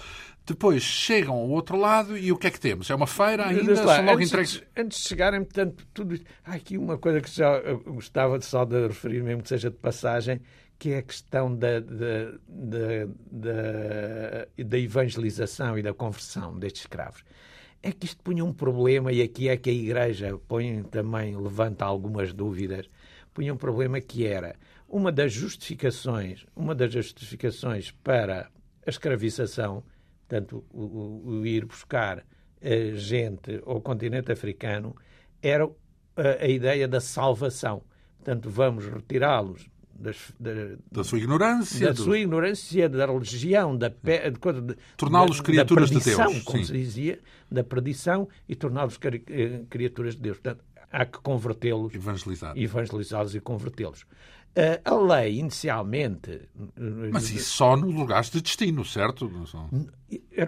Speaker 1: Depois chegam ao outro lado e o que é que temos? É uma feira ainda,
Speaker 2: Desde lá,
Speaker 1: são logo
Speaker 2: antes,
Speaker 1: entregues.
Speaker 2: antes de chegarem, portanto, tudo isto. Há aqui uma coisa que já eu gostava de só de referir, mesmo que seja de passagem, que é a questão da, da, da, da, da evangelização e da conversão destes escravos. É que isto punha um problema, e aqui é que a Igreja põe também, levanta algumas dúvidas, punha um problema que era uma das justificações, uma das justificações para a escravização, portanto, o, o- o ir buscar eh, gente ao continente africano, era eh, a ideia da salvação. Portanto, vamos retirá-los das- da-
Speaker 1: Da sua ignorância,
Speaker 2: da
Speaker 1: do-
Speaker 2: sua ignorância da religião, da pe... de coisa de-
Speaker 1: Torná-los
Speaker 2: da-
Speaker 1: criaturas de
Speaker 2: da perdição,
Speaker 1: Deus,
Speaker 2: como
Speaker 1: sim.
Speaker 2: se dizia, da perdição e torná-los cari- eh, criaturas de Deus. Portanto, há que convertê-los
Speaker 1: evangelizar.
Speaker 2: evangelizá-los e convertê-los. Ah, a lei, inicialmente. eh,
Speaker 1: Mas isso só nos lugares de destino, certo? Não são-
Speaker 2: Hum.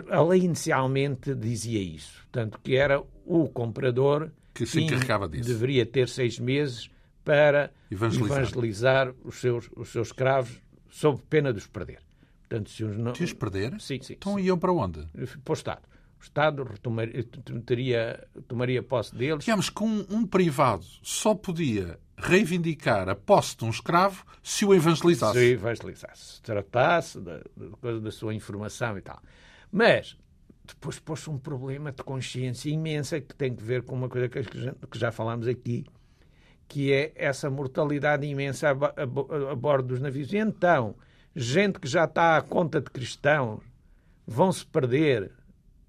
Speaker 2: A lei inicialmente dizia isso. Portanto, que era o comprador
Speaker 1: Que se encarregava disso.
Speaker 2: Deveria ter seis meses para
Speaker 1: Evangelizar.
Speaker 2: evangelizar, os, seus, os seus escravos sob pena de os perder. Portanto, se os não...
Speaker 1: Se os perder,
Speaker 2: Sim, sim.
Speaker 1: então iam para onde?
Speaker 2: sim. Para o Estado. O Estado retomaria, teria, tomaria posse deles.
Speaker 1: Digamos que um, um privado só podia reivindicar a posse de um escravo se o evangelizasse.
Speaker 2: se evangelizasse, se tratasse da, da coisa da sua informação e tal. Mas depois pôs-se um problema de consciência imensa que tem que ver com uma coisa que, a gente- que já falámos aqui, que é essa mortalidade imensa a, bo- a bo- a bordo dos navios. E então, gente que já está à conta de cristãos vão-se perder,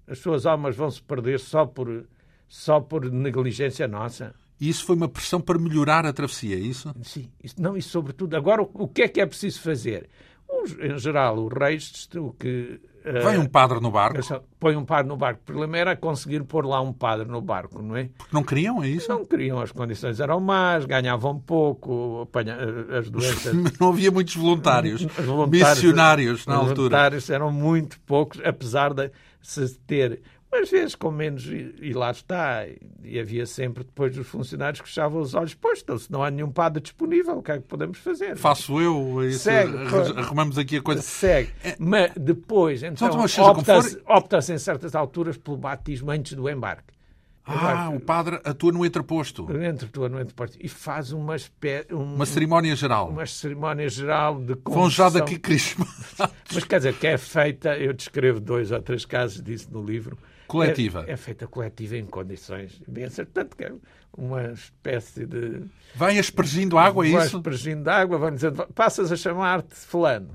Speaker 2: as suas almas vão-se perder só por, só por negligência nossa.
Speaker 1: E isso foi uma pressão para melhorar a travessia, é isso?
Speaker 2: Sim, isso- não, e sobretudo, agora o, o que é que é preciso fazer? Os- em geral, os reis, o que. eh,
Speaker 1: Vai um padre no barco,
Speaker 2: Põe um padre no barco. O problema era conseguir pôr lá um padre no barco, não é?
Speaker 1: porque não queriam, é isso?
Speaker 2: Não queriam, as condições eram más, ganhavam pouco, apanha- eh, as doenças.
Speaker 1: Não havia muitos voluntários,
Speaker 2: Os voluntários-
Speaker 1: missionários na
Speaker 2: os
Speaker 1: altura.
Speaker 2: voluntários eram muito poucos, apesar de se ter. Mas vezes com menos, e, e lá está, e, e havia sempre depois os funcionários que fechavam os olhos, pois, então, se não há nenhum padre disponível, o que é que podemos fazer?
Speaker 1: Faço eu, é isso,
Speaker 2: Segue,
Speaker 1: arranj-
Speaker 2: pô.
Speaker 1: arrumamos aqui a coisa.
Speaker 2: segue. Mas depois, então,
Speaker 1: Então, seja como
Speaker 2: opta-se opta-se em certas alturas pelo batismo antes do embarque.
Speaker 1: Ah, o padre atua no entreposto,
Speaker 2: Entre tu, no entreposto. E faz uma, espé- um,
Speaker 1: uma cerimónia geral.
Speaker 2: uma cerimónia geral de
Speaker 1: Vão já
Speaker 2: confissão.
Speaker 1: daqui Crisma.
Speaker 2: Mas quer dizer, que é feita, eu descrevo dois ou três casos disso no livro.
Speaker 1: Coletiva.
Speaker 2: É, é feita coletiva em condições imensas. Portanto, que é uma espécie de.
Speaker 1: Vai aspergindo água, é
Speaker 2: Vais
Speaker 1: isso?
Speaker 2: pergindo de água, vão dizendo, passas a chamar-te fulano.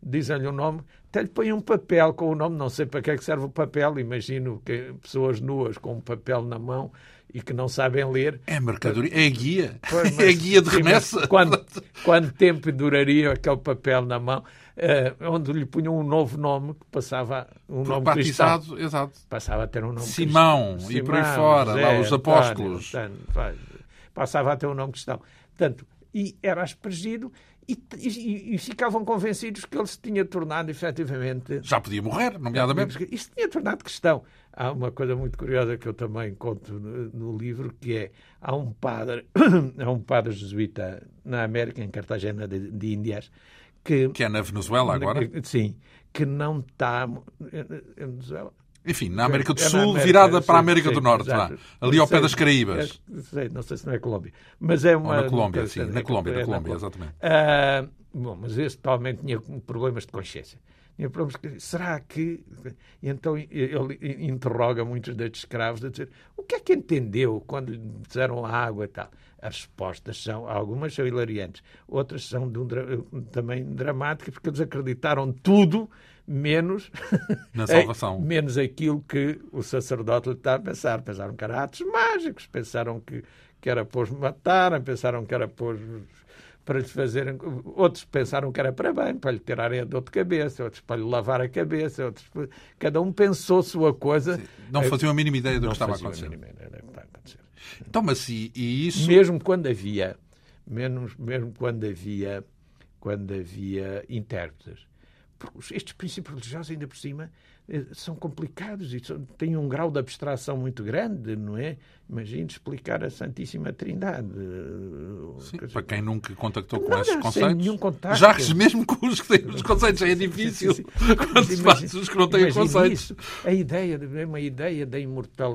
Speaker 2: Dizem-lhe o nome, até lhe põe um papel com o nome, não sei para que é que serve o papel, imagino que pessoas nuas com um papel na mão e que não sabem ler.
Speaker 1: É mercadoria, é a guia.
Speaker 2: Pois, mas-
Speaker 1: É a guia de
Speaker 2: sim, mas
Speaker 1: remessa.
Speaker 2: Quanto, quanto tempo duraria aquele papel na mão, eh, onde lhe punham um novo nome que passava um nome cristão.
Speaker 1: Batizado, exato.
Speaker 2: Passava a ter um nome
Speaker 1: Simão,
Speaker 2: cristão.
Speaker 1: e por aí fora, lá os apóstolos.
Speaker 2: António, António, vai. passava a ter um nome cristão. Portanto, e era aspergido e, e- e ficavam convencidos que ele se tinha tornado efetivamente
Speaker 1: Já podia morrer, nomeadamente.
Speaker 2: isso Isto tinha tornado questão. Há uma coisa muito curiosa que eu também conto no, no livro, que é há um padre, há um padre jesuíta na América, em Cartagena de, de Índias, que,
Speaker 1: Que é na Venezuela agora.
Speaker 2: que- sim, que não está eh, em Venezuela.
Speaker 1: Enfim, na América do
Speaker 2: É na
Speaker 1: Sul,
Speaker 2: América,
Speaker 1: virada para a
Speaker 2: sim,
Speaker 1: América
Speaker 2: sim,
Speaker 1: do Norte, vá.
Speaker 2: exato.
Speaker 1: ali ao pé
Speaker 2: Sei,
Speaker 1: das Caraíbas.
Speaker 2: é, sei, não sei se não é Colômbia, mas é uma
Speaker 1: Ou na Colômbia,
Speaker 2: coisa-
Speaker 1: sim, na Colômbia, na
Speaker 2: é
Speaker 1: Colômbia, exatamente.
Speaker 2: Ah, bom, mas este homem tinha problemas de consciência. Tinha problemas de... Será que. E então ele interroga muitos destes escravos a dizer o que é que entendeu quando lhe disseram a água e tal. As respostas são, algumas são hilariantes, outras são de um dra- também dramáticas, porque eles acreditaram tudo menos
Speaker 1: Na salvação.
Speaker 2: menos aquilo que o sacerdote lhe está a pensar. Pensaram que era atos mágicos, pensaram que, que era para os matarem, pensaram que era para, os, para lhe fazerem. Outros pensaram que era para bem, para lhe tirarem a dor de cabeça, outros para lhe lavar a cabeça, outros. para- Cada um pensou sua coisa.
Speaker 1: Não
Speaker 2: Eh,
Speaker 1: faziam a mínima ideia do
Speaker 2: não
Speaker 1: que estava a
Speaker 2: faziam
Speaker 1: acontecer.
Speaker 2: mínima ideia do que estava a acontecer.
Speaker 1: Então, mas e, e isso?
Speaker 2: Mesmo quando havia, menos, mesmo quando havia, quando havia intérpretes. Porque os- Estes princípios religiosos, ainda por cima, eh, são complicados e são- têm um grau de abstração muito grande, não é? Imagina explicar a Santíssima Trindade. eh,
Speaker 1: Sim,
Speaker 2: quer dizer,
Speaker 1: para quem nunca contactou com
Speaker 2: Não,
Speaker 1: esses
Speaker 2: não, sem
Speaker 1: conceitos.
Speaker 2: nenhum contacto.
Speaker 1: Já que mesmo com os que têm os conceitos é difícil.
Speaker 2: Sim, sim, sim.
Speaker 1: Quando
Speaker 2: Mas
Speaker 1: se
Speaker 2: imagina-
Speaker 1: faz os que não têm
Speaker 2: imagine
Speaker 1: conceitos.
Speaker 2: isso. A ideia, de- uma ideia da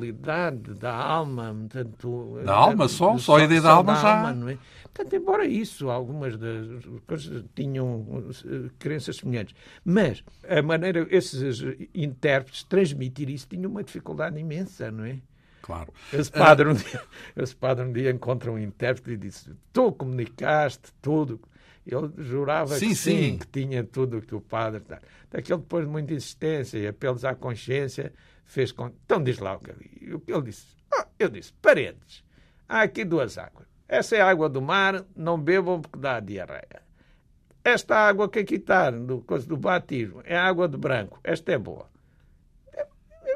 Speaker 2: imortalidade, da alma. Portanto, eh,
Speaker 1: Da alma só? Só a ideia da alma já-
Speaker 2: não é? Portanto, embora isso, algumas das coisas tinham eh, crenças semelhantes. Mas a maneira, esses eh, intérpretes transmitir isso tinha uma dificuldade imensa, não é?
Speaker 1: Claro.
Speaker 2: Esse padre, um dia, esse padre um dia encontra um intérprete e disse: Tu comunicaste tudo. Ele jurava
Speaker 1: Sim,
Speaker 2: que sim,
Speaker 1: sim.
Speaker 2: que tinha tudo o que o padre. tá. Daquele, depois de muita insistência e apelos à consciência, fez com. Então diz lá o que ele, o que ele disse. "Ah, eu disse: Paredes, há aqui duas águas. Essa é a água do mar, não bebam porque dá diarreia. Esta água que aqui está, do, coisa do batismo, é a água de branco. Esta é boa.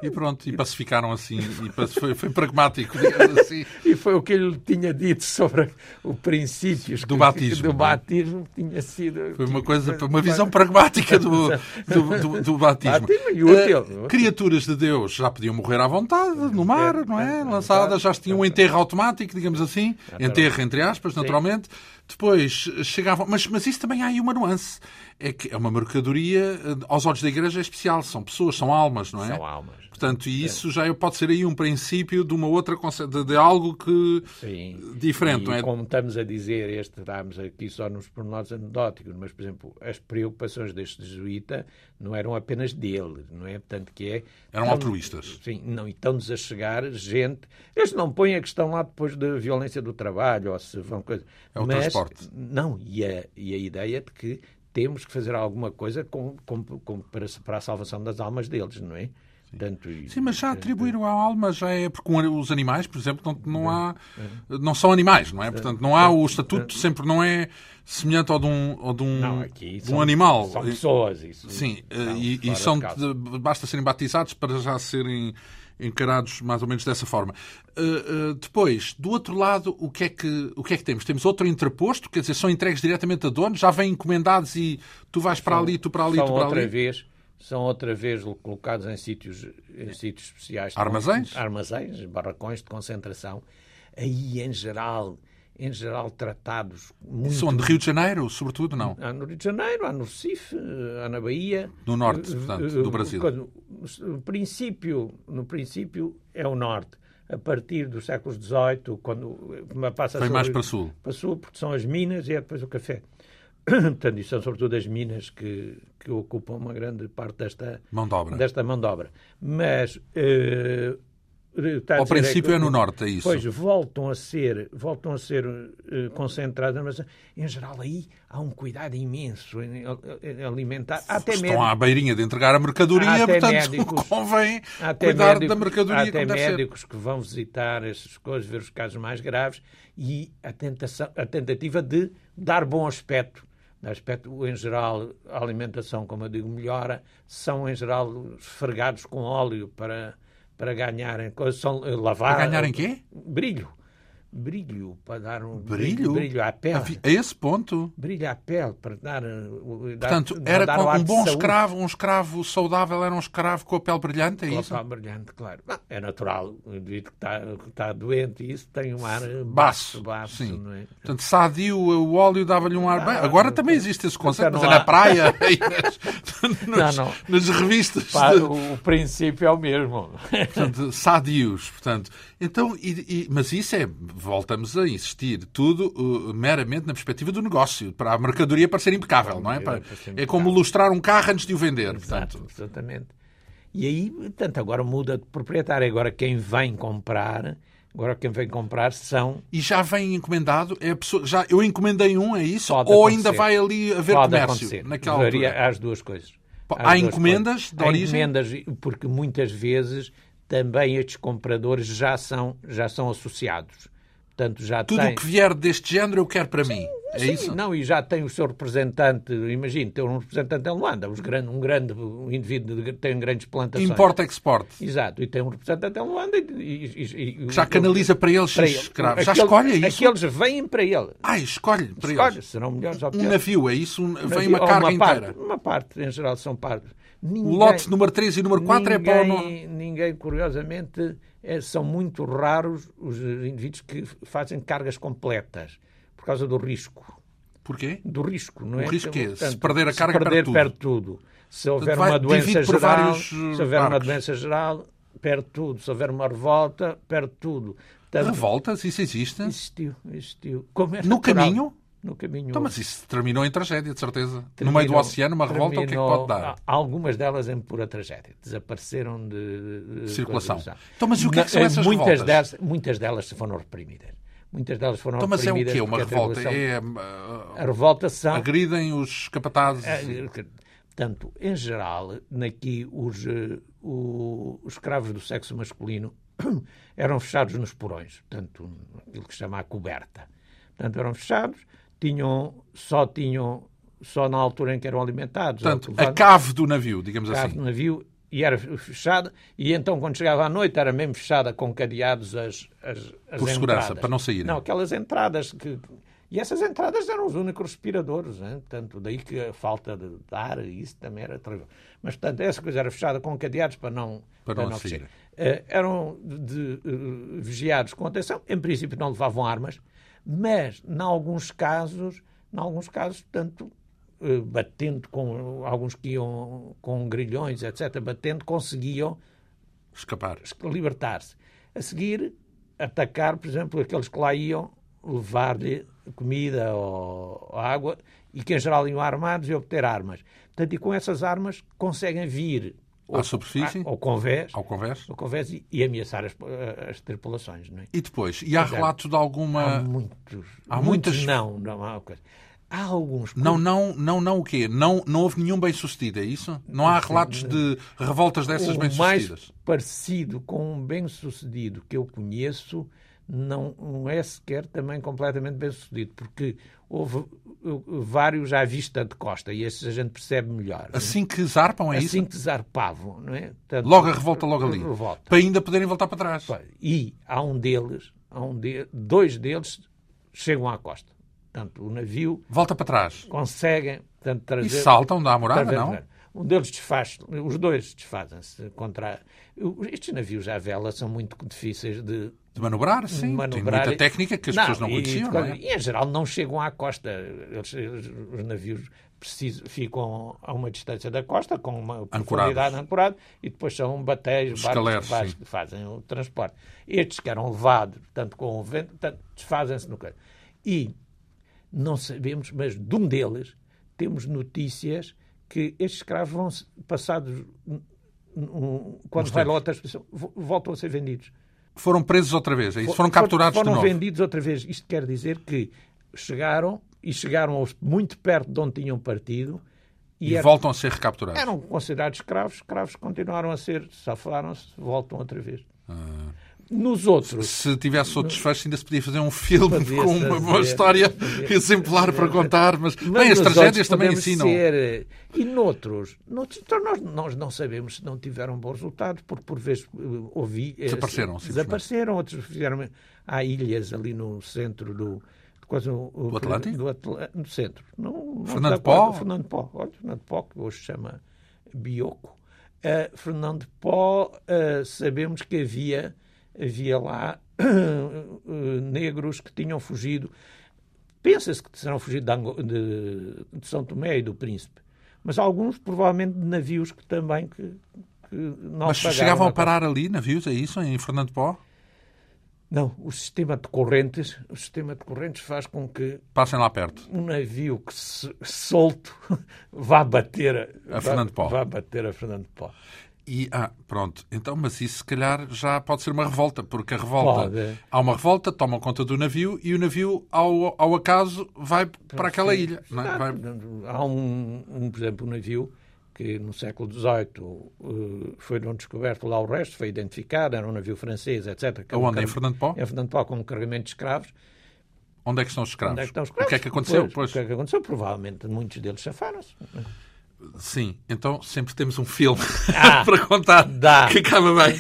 Speaker 1: E pronto, e pacificaram assim, e paci- foi, foi pragmático, digamos assim.
Speaker 2: E foi o que ele tinha dito sobre o princípio
Speaker 1: Do batismo,
Speaker 2: Do
Speaker 1: não é?
Speaker 2: batismo tinha sido.
Speaker 1: Foi uma Tipo, coisa, Ah, foi uma visão pragmática do, do, do- do batismo.
Speaker 2: Batismo e útil.
Speaker 1: Eh, criaturas de Deus já podiam morrer à vontade, no mar, não é? Lançadas, já tinham um enterro automático, digamos assim. Enterro, entre aspas, naturalmente. Depois eh, chegavam. Mas, mas isso também há aí uma nuance. É que é uma mercadoria, eh, aos olhos da igreja, é especial. São pessoas, são almas, É. não é?
Speaker 2: São almas.
Speaker 1: Portanto, e isso já pode ser aí um princípio de uma outra conce- de, de algo que
Speaker 2: Sim.
Speaker 1: diferente,
Speaker 2: E
Speaker 1: não é?
Speaker 2: Como estamos a dizer, este estamos aqui só nos pormenores anedóticos, mas, por exemplo, as preocupações deste jesuíta não eram apenas dele, não é? Portanto, que é.
Speaker 1: Eram
Speaker 2: tão-
Speaker 1: altruístas.
Speaker 2: Sim, não, e estão-nos a chegar gente. Eles não põem a questão lá depois da violência do trabalho ou se vão coisa.
Speaker 1: É o
Speaker 2: mas,
Speaker 1: transporte.
Speaker 2: Não, e a, e a ideia de que temos que fazer alguma coisa com, com, com- para, para a salvação das almas deles, não é? Tanto,
Speaker 1: Sim, mas
Speaker 2: É,
Speaker 1: já atribuíram à alma já é porque com os animais, por exemplo, não,
Speaker 2: É,
Speaker 1: não há não são animais, não é? Portanto, não há o estatuto sempre não é semelhante ao de um ao de um,
Speaker 2: Não, aqui
Speaker 1: de um
Speaker 2: são-
Speaker 1: animal.
Speaker 2: São pessoas, isso.
Speaker 1: Sim, eh,
Speaker 2: Não,
Speaker 1: e, e
Speaker 2: fora de
Speaker 1: são
Speaker 2: casa.
Speaker 1: de- basta serem batizados para já serem encarados mais ou menos dessa forma. Uh, uh, depois, do outro lado, o que é que o que é que temos? Temos outro interposto, quer dizer, são entregues diretamente a donos, já vêm encomendados e tu vais para ali, tu para ali,
Speaker 2: são
Speaker 1: tu para
Speaker 2: outra
Speaker 1: ali.
Speaker 2: vez são outra vez colocados em sítios em sítios especiais
Speaker 1: Armazéns?
Speaker 2: armazéns barracões de concentração aí em geral em geral tratados muito
Speaker 1: São de Rio de Janeiro, sobretudo, não.
Speaker 2: Há no Rio de Janeiro, há no Recife, há na Bahia.
Speaker 1: No norte,
Speaker 2: Eh,
Speaker 1: portanto,
Speaker 2: eh,
Speaker 1: do Brasil.
Speaker 2: quando- No princípio, no princípio é o norte. A partir dos séculos XVIII, quando eh, passa a
Speaker 1: Foi
Speaker 2: ser-
Speaker 1: mais para sul.
Speaker 2: Para sul, porque são as minas e é depois o café. Portanto, e são sobretudo as minas que, que ocupam uma grande parte desta
Speaker 1: Mão de obra.
Speaker 2: Desta mão de obra. Mas eh, está a
Speaker 1: Ao
Speaker 2: dizer
Speaker 1: princípio
Speaker 2: que-
Speaker 1: é no norte, é isso.
Speaker 2: Pois voltam a ser, voltam a ser eh, concentradas, mas em geral aí há um cuidado imenso em, em alimentar, há até
Speaker 1: Estão
Speaker 2: médicos,
Speaker 1: à beirinha de entregar a mercadoria,
Speaker 2: Há até
Speaker 1: portanto
Speaker 2: médicos.
Speaker 1: convém
Speaker 2: há até
Speaker 1: cuidar
Speaker 2: médicos,
Speaker 1: da
Speaker 2: há
Speaker 1: mercadoria
Speaker 2: até
Speaker 1: como deve ser.
Speaker 2: médicos que vão visitar essas coisas, ver os casos mais graves e a, tentação, a tentativa de dar bom aspecto. Dar aspecto, em geral, a alimentação, como eu digo, melhora, são em geral esfregados com óleo para, para ganharem coisas, são eh, lavados.
Speaker 1: Para ganharem quê?
Speaker 2: Brilho. Brilho, para dar um
Speaker 1: Brilho?
Speaker 2: brilho à pele.
Speaker 1: Havia- A esse ponto.
Speaker 2: Brilho à pele, para dar. eh, o- dar-
Speaker 1: Portanto,
Speaker 2: dar
Speaker 1: era
Speaker 2: o
Speaker 1: com
Speaker 2: ar
Speaker 1: um
Speaker 2: de
Speaker 1: bom
Speaker 2: saúde.
Speaker 1: escravo, um escravo saudável era um escravo com a pele brilhante, é
Speaker 2: Pela
Speaker 1: isso?
Speaker 2: pele brilhante, claro. Não, é natural. O indivíduo que está, que está doente e isso tem um ar eh,
Speaker 1: Baço,
Speaker 2: baço, baço,
Speaker 1: sim.
Speaker 2: não é?
Speaker 1: Portanto, sadio, o óleo dava-lhe um ar. Bem,
Speaker 2: Ah,
Speaker 1: agora
Speaker 2: não,
Speaker 1: também existe esse conceito,
Speaker 2: não
Speaker 1: mas é na
Speaker 2: há.
Speaker 1: praia, e nas, nas-
Speaker 2: Não, não.
Speaker 1: nas revistas
Speaker 2: Pá,
Speaker 1: de,
Speaker 2: o, o princípio é o mesmo. É.
Speaker 1: portanto, sadios, portanto. Então, e- e- mas isso é, voltamos a insistir, tudo uh, meramente na perspectiva do negócio, para a mercadoria parecer impecável, não é? Para-
Speaker 2: Para ser
Speaker 1: é como lustrar um carro antes de o vender, portanto.
Speaker 2: Exato, exatamente. E aí, portanto, agora muda de proprietário. Agora quem vem comprar, agora quem vem comprar são
Speaker 1: E já vem encomendado, é a pessoa, já, eu encomendei um, é isso?
Speaker 2: Pode
Speaker 1: ou
Speaker 2: acontecer.
Speaker 1: ainda vai ali haver
Speaker 2: pode
Speaker 1: comércio
Speaker 2: acontecer. Ah,
Speaker 1: naquela
Speaker 2: Varia
Speaker 1: altura?
Speaker 2: às duas coisas.
Speaker 1: Pá,
Speaker 2: Às
Speaker 1: há
Speaker 2: duas
Speaker 1: encomendas
Speaker 2: coisas.
Speaker 1: de
Speaker 2: há
Speaker 1: origem?
Speaker 2: encomendas, porque muitas vezes também estes compradores já são, já são associados. Portanto, já
Speaker 1: Tudo
Speaker 2: têm...
Speaker 1: o que vier deste género eu quero para mim. É
Speaker 2: Sim,
Speaker 1: isso?
Speaker 2: Não, e já tem o seu representante, imagino, ter um representante em Luanda, uns gran- um grande um indivíduo de- tem grandes plantações.
Speaker 1: Import-export.
Speaker 2: Exato, e tem um representante em Luanda e, e- e- e-
Speaker 1: Já canaliza para eles
Speaker 2: para
Speaker 1: esses
Speaker 2: ele.
Speaker 1: escravos. Já
Speaker 2: Aquele-
Speaker 1: escolhe é isso?
Speaker 2: Aqueles vêm para ele.
Speaker 1: Ah, escolhe para
Speaker 2: Escolhe,
Speaker 1: eles.
Speaker 2: serão melhores ou
Speaker 1: Um
Speaker 2: piores.
Speaker 1: navio, é isso? Um- vem
Speaker 2: Havia-
Speaker 1: uma
Speaker 2: ou
Speaker 1: carga inteira.
Speaker 2: Parte, uma parte, em geral, são partes. Ninguém,
Speaker 1: O lote número 3 e número 4 é para o no-
Speaker 2: ninguém, ninguém, curiosamente, é- são muito raros os indivíduos que fazem cargas completas, por causa do risco.
Speaker 1: Porquê?
Speaker 2: do risco, não é?
Speaker 1: risco
Speaker 2: Então,
Speaker 1: é, se perder a carga,
Speaker 2: se perder,
Speaker 1: perde tudo.
Speaker 2: perde tudo. Se houver
Speaker 1: vai-
Speaker 2: uma doença
Speaker 1: divide por
Speaker 2: geral,
Speaker 1: vários, eh,
Speaker 2: se houver uma
Speaker 1: barcos.
Speaker 2: doença geral, perde tudo. Se houver uma revolta, perde tudo. Portanto,
Speaker 1: Revoltas, isso existe.
Speaker 2: existiu, existiu. Como é
Speaker 1: No
Speaker 2: natural.
Speaker 1: caminho?
Speaker 2: No caminho.
Speaker 1: Então, mas isso terminou em tragédia, de certeza.
Speaker 2: Terminou-
Speaker 1: no meio do oceano, uma revolta, o que é que
Speaker 2: terminou- Ah,
Speaker 1: pode dar?
Speaker 2: a- Algumas delas em pura tragédia. Desapareceram de, de- de
Speaker 1: Circulação.
Speaker 2: coisa.
Speaker 1: Então, mas e o que é que são
Speaker 2: Na-
Speaker 1: essas
Speaker 2: muitas
Speaker 1: revoltas?
Speaker 2: Delas, muitas delas foram reprimidas. Muitas delas foram
Speaker 1: Então, mas é o
Speaker 2: reprimidas.
Speaker 1: quê? Uma
Speaker 2: porque a
Speaker 1: revolta?
Speaker 2: tribulação-
Speaker 1: É, ah,
Speaker 2: A revolta são
Speaker 1: agridem os capatazes.
Speaker 2: É, Portanto, em geral, naqui os, eh, o- os escravos do sexo masculino eram fechados nos porões, portanto, aquilo que se chama a coberta. Portanto, eram fechados, tinham, só tinham, só na altura em que eram alimentados. ou
Speaker 1: Portanto, a
Speaker 2: levados-
Speaker 1: cave do navio, digamos
Speaker 2: cabo
Speaker 1: assim.
Speaker 2: do navio e e era fechada, e então quando chegava à noite era mesmo fechada com cadeados as, as, as
Speaker 1: Por segurança, para não é? saírem.
Speaker 2: Não, aquelas entradas que... E essas entradas eram os únicos respiradores, né? portanto, daí que a falta de ar, isso também era terrível. Mas, portanto, essa coisa era fechada com cadeados para não...
Speaker 1: Para não sair.
Speaker 2: Eh, eram de, eh, vigiados com atenção, em princípio não levavam armas, mas, em alguns casos, em alguns casos, portanto, eh, batendo com alguns que iam com grilhões, etc., batendo, conseguiam
Speaker 1: Escapar.
Speaker 2: libertar-se. A seguir, atacar, por exemplo, aqueles que lá iam levar-lhe comida ou, ou água e que em geral iam armados e obter armas. Portanto, e com essas armas conseguem vir
Speaker 1: À superfície?
Speaker 2: ao convés,
Speaker 1: Ao converso.
Speaker 2: ao convés e, e ameaçar as, as tripulações. Não é?
Speaker 1: E depois? E há
Speaker 2: Pois é.
Speaker 1: relatos de
Speaker 2: Há
Speaker 1: alguma...
Speaker 2: muitos.
Speaker 1: Ah, há
Speaker 2: muitos
Speaker 1: muitas-
Speaker 2: Não, não há coisa. Há alguns.
Speaker 1: Não, não, não, não o quê? Não, não houve nenhum bem-sucedido, é isso? Não há relatos de revoltas dessas
Speaker 2: o mais
Speaker 1: bem-sucedidas?
Speaker 2: parecido com um bem-sucedido que eu conheço não, não é sequer também completamente bem-sucedido, porque houve uh, vários à vista de costa e esses a gente percebe melhor. não é?
Speaker 1: Assim que zarpam, é
Speaker 2: assim
Speaker 1: isso?
Speaker 2: que desarpavam, não é? Portanto,
Speaker 1: Logo a revolta, logo ali.
Speaker 2: Revolta.
Speaker 1: Para ainda poderem voltar para trás.
Speaker 2: Pá, E há um deles, há um de, dois deles chegam à costa. Portanto, o navio
Speaker 1: Volta para trás.
Speaker 2: consegue portanto,
Speaker 1: E
Speaker 2: trazer.
Speaker 1: saltam da morada,
Speaker 2: Através
Speaker 1: não?
Speaker 2: do- Um deles desfaz, os dois desfazem-se contra. o- Estes navios à vela são muito difíceis de
Speaker 1: De manobrar, sim.
Speaker 2: manobrar.
Speaker 1: Tem muita técnica que as pessoas não
Speaker 2: e-
Speaker 1: conheciam,
Speaker 2: e,
Speaker 1: não é?
Speaker 2: e, em geral não chegam à costa. Eles- eles- os navios precisam, ficam a uma distância da costa, com uma profundidade ancorada, e depois são batéis, barcos
Speaker 1: Escaleres,
Speaker 2: que faz- que fazem o transporte. Estes que eram levados, portanto, com o vento, portanto, desfazem-se no canto. E não sabemos, mas de um deles temos notícias que estes escravos vão se- passados um- um- quando vai lá outra expressão, vo- voltam a ser vendidos.
Speaker 1: Foram presos outra vez, é isso? Foram
Speaker 2: For-
Speaker 1: capturados
Speaker 2: foram
Speaker 1: de novo.
Speaker 2: vendidos outra vez. Isto quer dizer que chegaram e chegaram aos- muito perto de onde tinham partido e,
Speaker 1: E
Speaker 2: eram,
Speaker 1: voltam a ser recapturados.
Speaker 2: eram considerados escravos. Escravos continuaram a ser, safaram-se, voltam outra vez.
Speaker 1: Ah.
Speaker 2: Nos outros,
Speaker 1: Se tivesse outro desfecho, ainda se podia fazer um filme
Speaker 2: Podia-se
Speaker 1: com uma boa
Speaker 2: fazer,
Speaker 1: história
Speaker 2: podia-se
Speaker 1: exemplar para contar. Mas,
Speaker 2: Mas
Speaker 1: bem, as
Speaker 2: nos
Speaker 1: tragédias
Speaker 2: outros
Speaker 1: também assim,
Speaker 2: podemos
Speaker 1: ensinam.
Speaker 2: ser. eh, E noutros, noutros então nós, nós não sabemos se não tiveram bom resultado, porque por vezes eh, ouvi. eh,
Speaker 1: Desapareceram, simplesmente.
Speaker 2: Desapareceram, outros fizeram. Há ilhas ali no centro do. Quase o, o-
Speaker 1: Do Atlântico?
Speaker 2: do Atl- no centro. Não, não
Speaker 1: Fernando
Speaker 2: está quase-
Speaker 1: Pó?
Speaker 2: Fernando Pó. Olha, Fernando Pó, que hoje se chama Bioco. Eh, Fernando Pó, eh, sabemos que havia, havia lá eh, negros que tinham fugido. Pensa-se que serão fugidos de, Ango- de- de São Tomé e do Príncipe, mas alguns provavelmente de navios que também que, que não
Speaker 1: Mas chegavam a parar ali, navios, é isso, em Fernando Pó?
Speaker 2: Não, o sistema de correntes, o sistema de correntes faz com que
Speaker 1: Passem lá perto.
Speaker 2: um navio que se, solto vá bater
Speaker 1: A Fernando Pó.
Speaker 2: Vá bater a Fernando Pó.
Speaker 1: E, ah, pronto. Então, mas isso se calhar já pode ser uma revolta, porque a revolta.
Speaker 2: Pode. é.
Speaker 1: Há uma revolta, tomam conta do navio e o navio, ao, ao acaso, vai para aquela ilha. não é? Vai-
Speaker 2: Há um, um, por exemplo, um navio que no século XVIII eh, foi não descoberto lá o resto, foi identificado, era um navio francês, etc. que é um
Speaker 1: Aonde? Em
Speaker 2: car-
Speaker 1: Fernando Pó?
Speaker 2: Em Fernando Pó, com um carregamento de escravos.
Speaker 1: Onde é que estão os escravos?
Speaker 2: Onde é que estão os
Speaker 1: O que é que aconteceu? Pois,
Speaker 2: O que é que aconteceu? Provavelmente muitos deles safaram-se.
Speaker 1: Sim, então sempre temos um filme
Speaker 2: Ah,
Speaker 1: para contar
Speaker 2: dá.
Speaker 1: que acaba bem.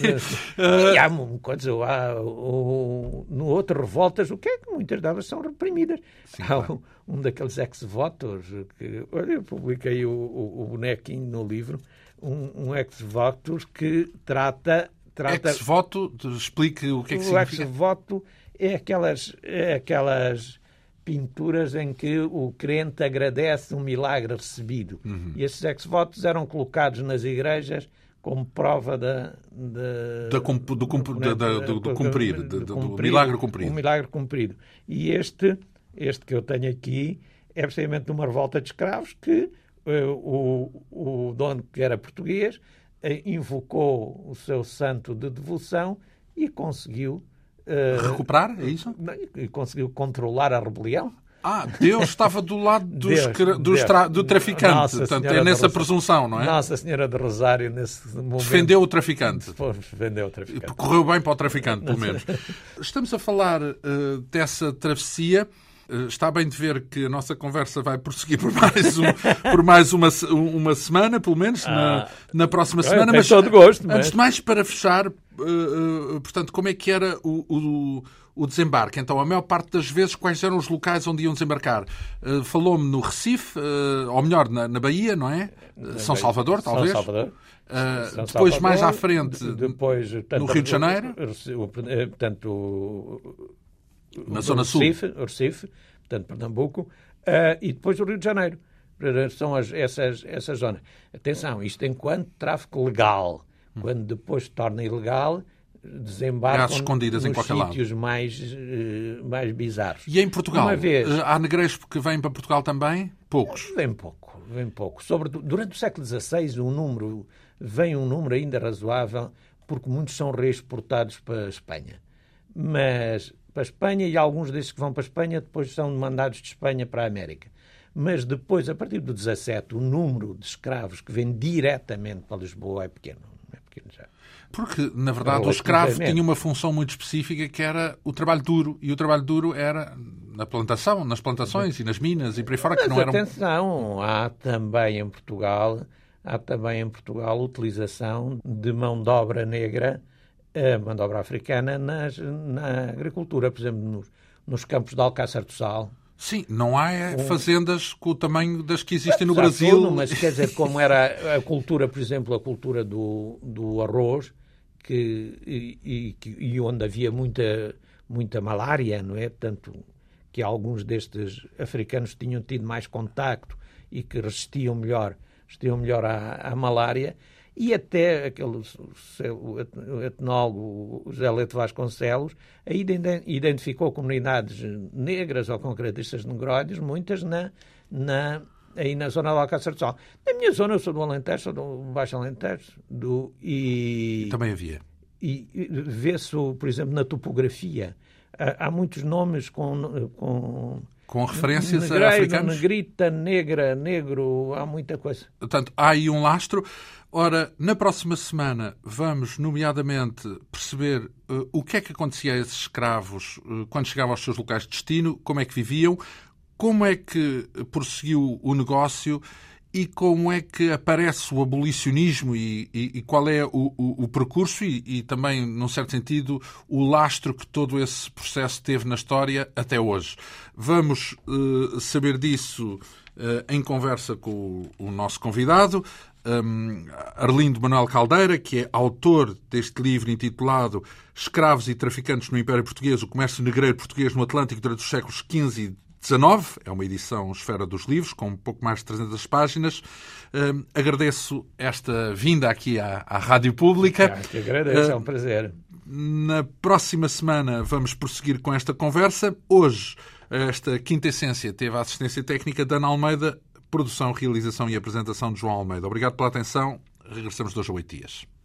Speaker 1: Eh,
Speaker 2: E há uma coisa, há, o- no outro revoltas, o que é que muitas delas são reprimidas. há um, um daqueles ex-votos, que, olha, eu publiquei o, o- o bonequinho no livro, um, um ex-votos que trata... trata
Speaker 1: Ex-voto, de- explique o que é que
Speaker 2: o
Speaker 1: significa.
Speaker 2: ex-voto é aquelas, é aquelas pinturas em que o crente agradece um milagre recebido.
Speaker 1: Uhum.
Speaker 2: E esses ex-votos eram colocados nas igrejas como prova da, da,
Speaker 1: Da cum- do cum- da- da- do- do cumprir, de- do- do milagre cumprido.
Speaker 2: Um milagre cumprido. E este, este que eu tenho aqui é precisamente de uma revolta de escravos que eh, o, o dono, que era português, eh, invocou o seu santo de devoção e conseguiu, eh,
Speaker 1: Recuperar, é isso?
Speaker 2: e conseguiu controlar a rebelião.
Speaker 1: Ah, Deus estava do lado dos
Speaker 2: Deus,
Speaker 1: cra- dos
Speaker 2: Deus.
Speaker 1: tra- do traficante.
Speaker 2: Nossa
Speaker 1: Portanto,
Speaker 2: Senhora
Speaker 1: é
Speaker 2: da
Speaker 1: nessa
Speaker 2: Rosa-
Speaker 1: presunção, não é?
Speaker 2: Nossa Senhora de Rosário, nesse momento.
Speaker 1: Defendeu o traficante.
Speaker 2: Pô, Defendeu o traficante.
Speaker 1: Correu bem para o traficante, pelo menos. Estamos a falar eh, dessa travessia Está bem de ver que a nossa conversa vai prosseguir por mais, um, por mais uma, um, uma semana, pelo menos,
Speaker 2: Ah.
Speaker 1: na, na próxima
Speaker 2: ok,
Speaker 1: semana.
Speaker 2: tem todo gosto, mas-
Speaker 1: antes de mais, para fechar, eh, eh, portanto, como é que era o, o- o desembarque? Então, a maior parte das vezes, quais eram os locais onde iam desembarcar? Eh, Falou-me no Recife, eh, ou melhor, na, na Bahia, não é? Eh, São Salvador, talvez?
Speaker 2: São Salvador.
Speaker 1: Eh,
Speaker 2: São
Speaker 1: depois,
Speaker 2: Salvador,
Speaker 1: mais à frente,
Speaker 2: de- depois, portanto,
Speaker 1: no Rio de Janeiro?
Speaker 2: o- o- eh, Portanto, o-
Speaker 1: na
Speaker 2: o
Speaker 1: Zona Sul.
Speaker 2: Recife, o Recife, portanto, Pernambuco, ah, e depois o Rio de Janeiro. Portanto, São as, essas, essas zonas. Atenção, isto enquanto tráfico legal. Quando depois se torna ilegal, desembarcam
Speaker 1: Às escondidas em
Speaker 2: nos
Speaker 1: qualquer lado.
Speaker 2: sítios mais, eh, mais bizarros.
Speaker 1: E em Portugal?
Speaker 2: Uma vez.
Speaker 1: Eh, Há negrespo que vêm para Portugal também? Poucos.
Speaker 2: Vem pouco, vem pouco. Sobretudo, durante o século XVI, um número, vem um número ainda razoável, porque muitos são reexportados para a Espanha. Mas para a Espanha, e alguns desses que vão para a Espanha, depois são mandados de Espanha para a América. Mas depois, a partir do XVII, o número de escravos que vem diretamente para Lisboa é pequeno. É pequeno já.
Speaker 1: Porque, na verdade, o
Speaker 2: Relativamente.
Speaker 1: escravo tinha uma função muito específica que era o trabalho duro. E o trabalho duro era na plantação, nas plantações e nas minas e por aí fora, que
Speaker 2: Mas
Speaker 1: não um eram.
Speaker 2: atenção, há também em Portugal, há também em Portugal utilização de mão de obra negra, eh, mão de obra africana, nas- na agricultura, por exemplo, nos, nos campos de Alcácer do Sal.
Speaker 1: Sim, não há eh, fazendas com o tamanho das que existem no
Speaker 2: Já
Speaker 1: Brasil.
Speaker 2: sono, Um mas quer dizer, como era a cultura, por exemplo, a cultura do, do arroz, que, e, e que- e onde havia muita, muita malária, não é? Tanto que alguns destes africanos tinham tido mais contacto e que resistiam melhor, resistiam melhor à, à malária. E até aquele seu- o et- o etnólogo o José Leto Vasconcelos aí ident- identificou comunidades negras ou concretistas negróides, muitas na, na, aí na zona do Alcácer do Sol. Na minha zona, eu sou do Alentejo, sou do Baixo Alentejo, do, e,
Speaker 1: Também havia.
Speaker 2: e e vê-se, por exemplo, na topografia. Há há muitos nomes com, com
Speaker 1: Com referências a
Speaker 2: negreiro,
Speaker 1: africanos.
Speaker 2: negrita, negra, negro, há muita coisa.
Speaker 1: Portanto, há aí um lastro. Ora, na próxima semana vamos, nomeadamente, perceber eh, o que é que acontecia a esses escravos eh, quando chegavam aos seus locais de destino, como é que viviam, como é que eh, prosseguiu o negócio e como é que aparece o abolicionismo e, e- e qual é o, o- o percurso e, e também, num certo sentido, o lastro que todo esse processo teve na história até hoje. Vamos eh, saber disso eh, em conversa com o, o nosso convidado, um, Arlindo Manuel Caldeira, que é autor deste livro intitulado Escravos e Traficantes no Império Português, o comércio negreiro português no Atlântico durante os séculos XV e XIX. É uma edição Esfera dos Livros, com um pouco mais de 300 páginas. Um, agradeço esta vinda aqui à, à Rádio Pública.
Speaker 2: Ah, que agradeço, é um prazer.
Speaker 1: Na próxima semana vamos prosseguir com esta conversa. Hoje, esta quinta essência teve a assistência técnica de Ana Almeida, produção, realização e apresentação de João Almeida. Obrigado pela atenção. Regressamos dois a oito dias.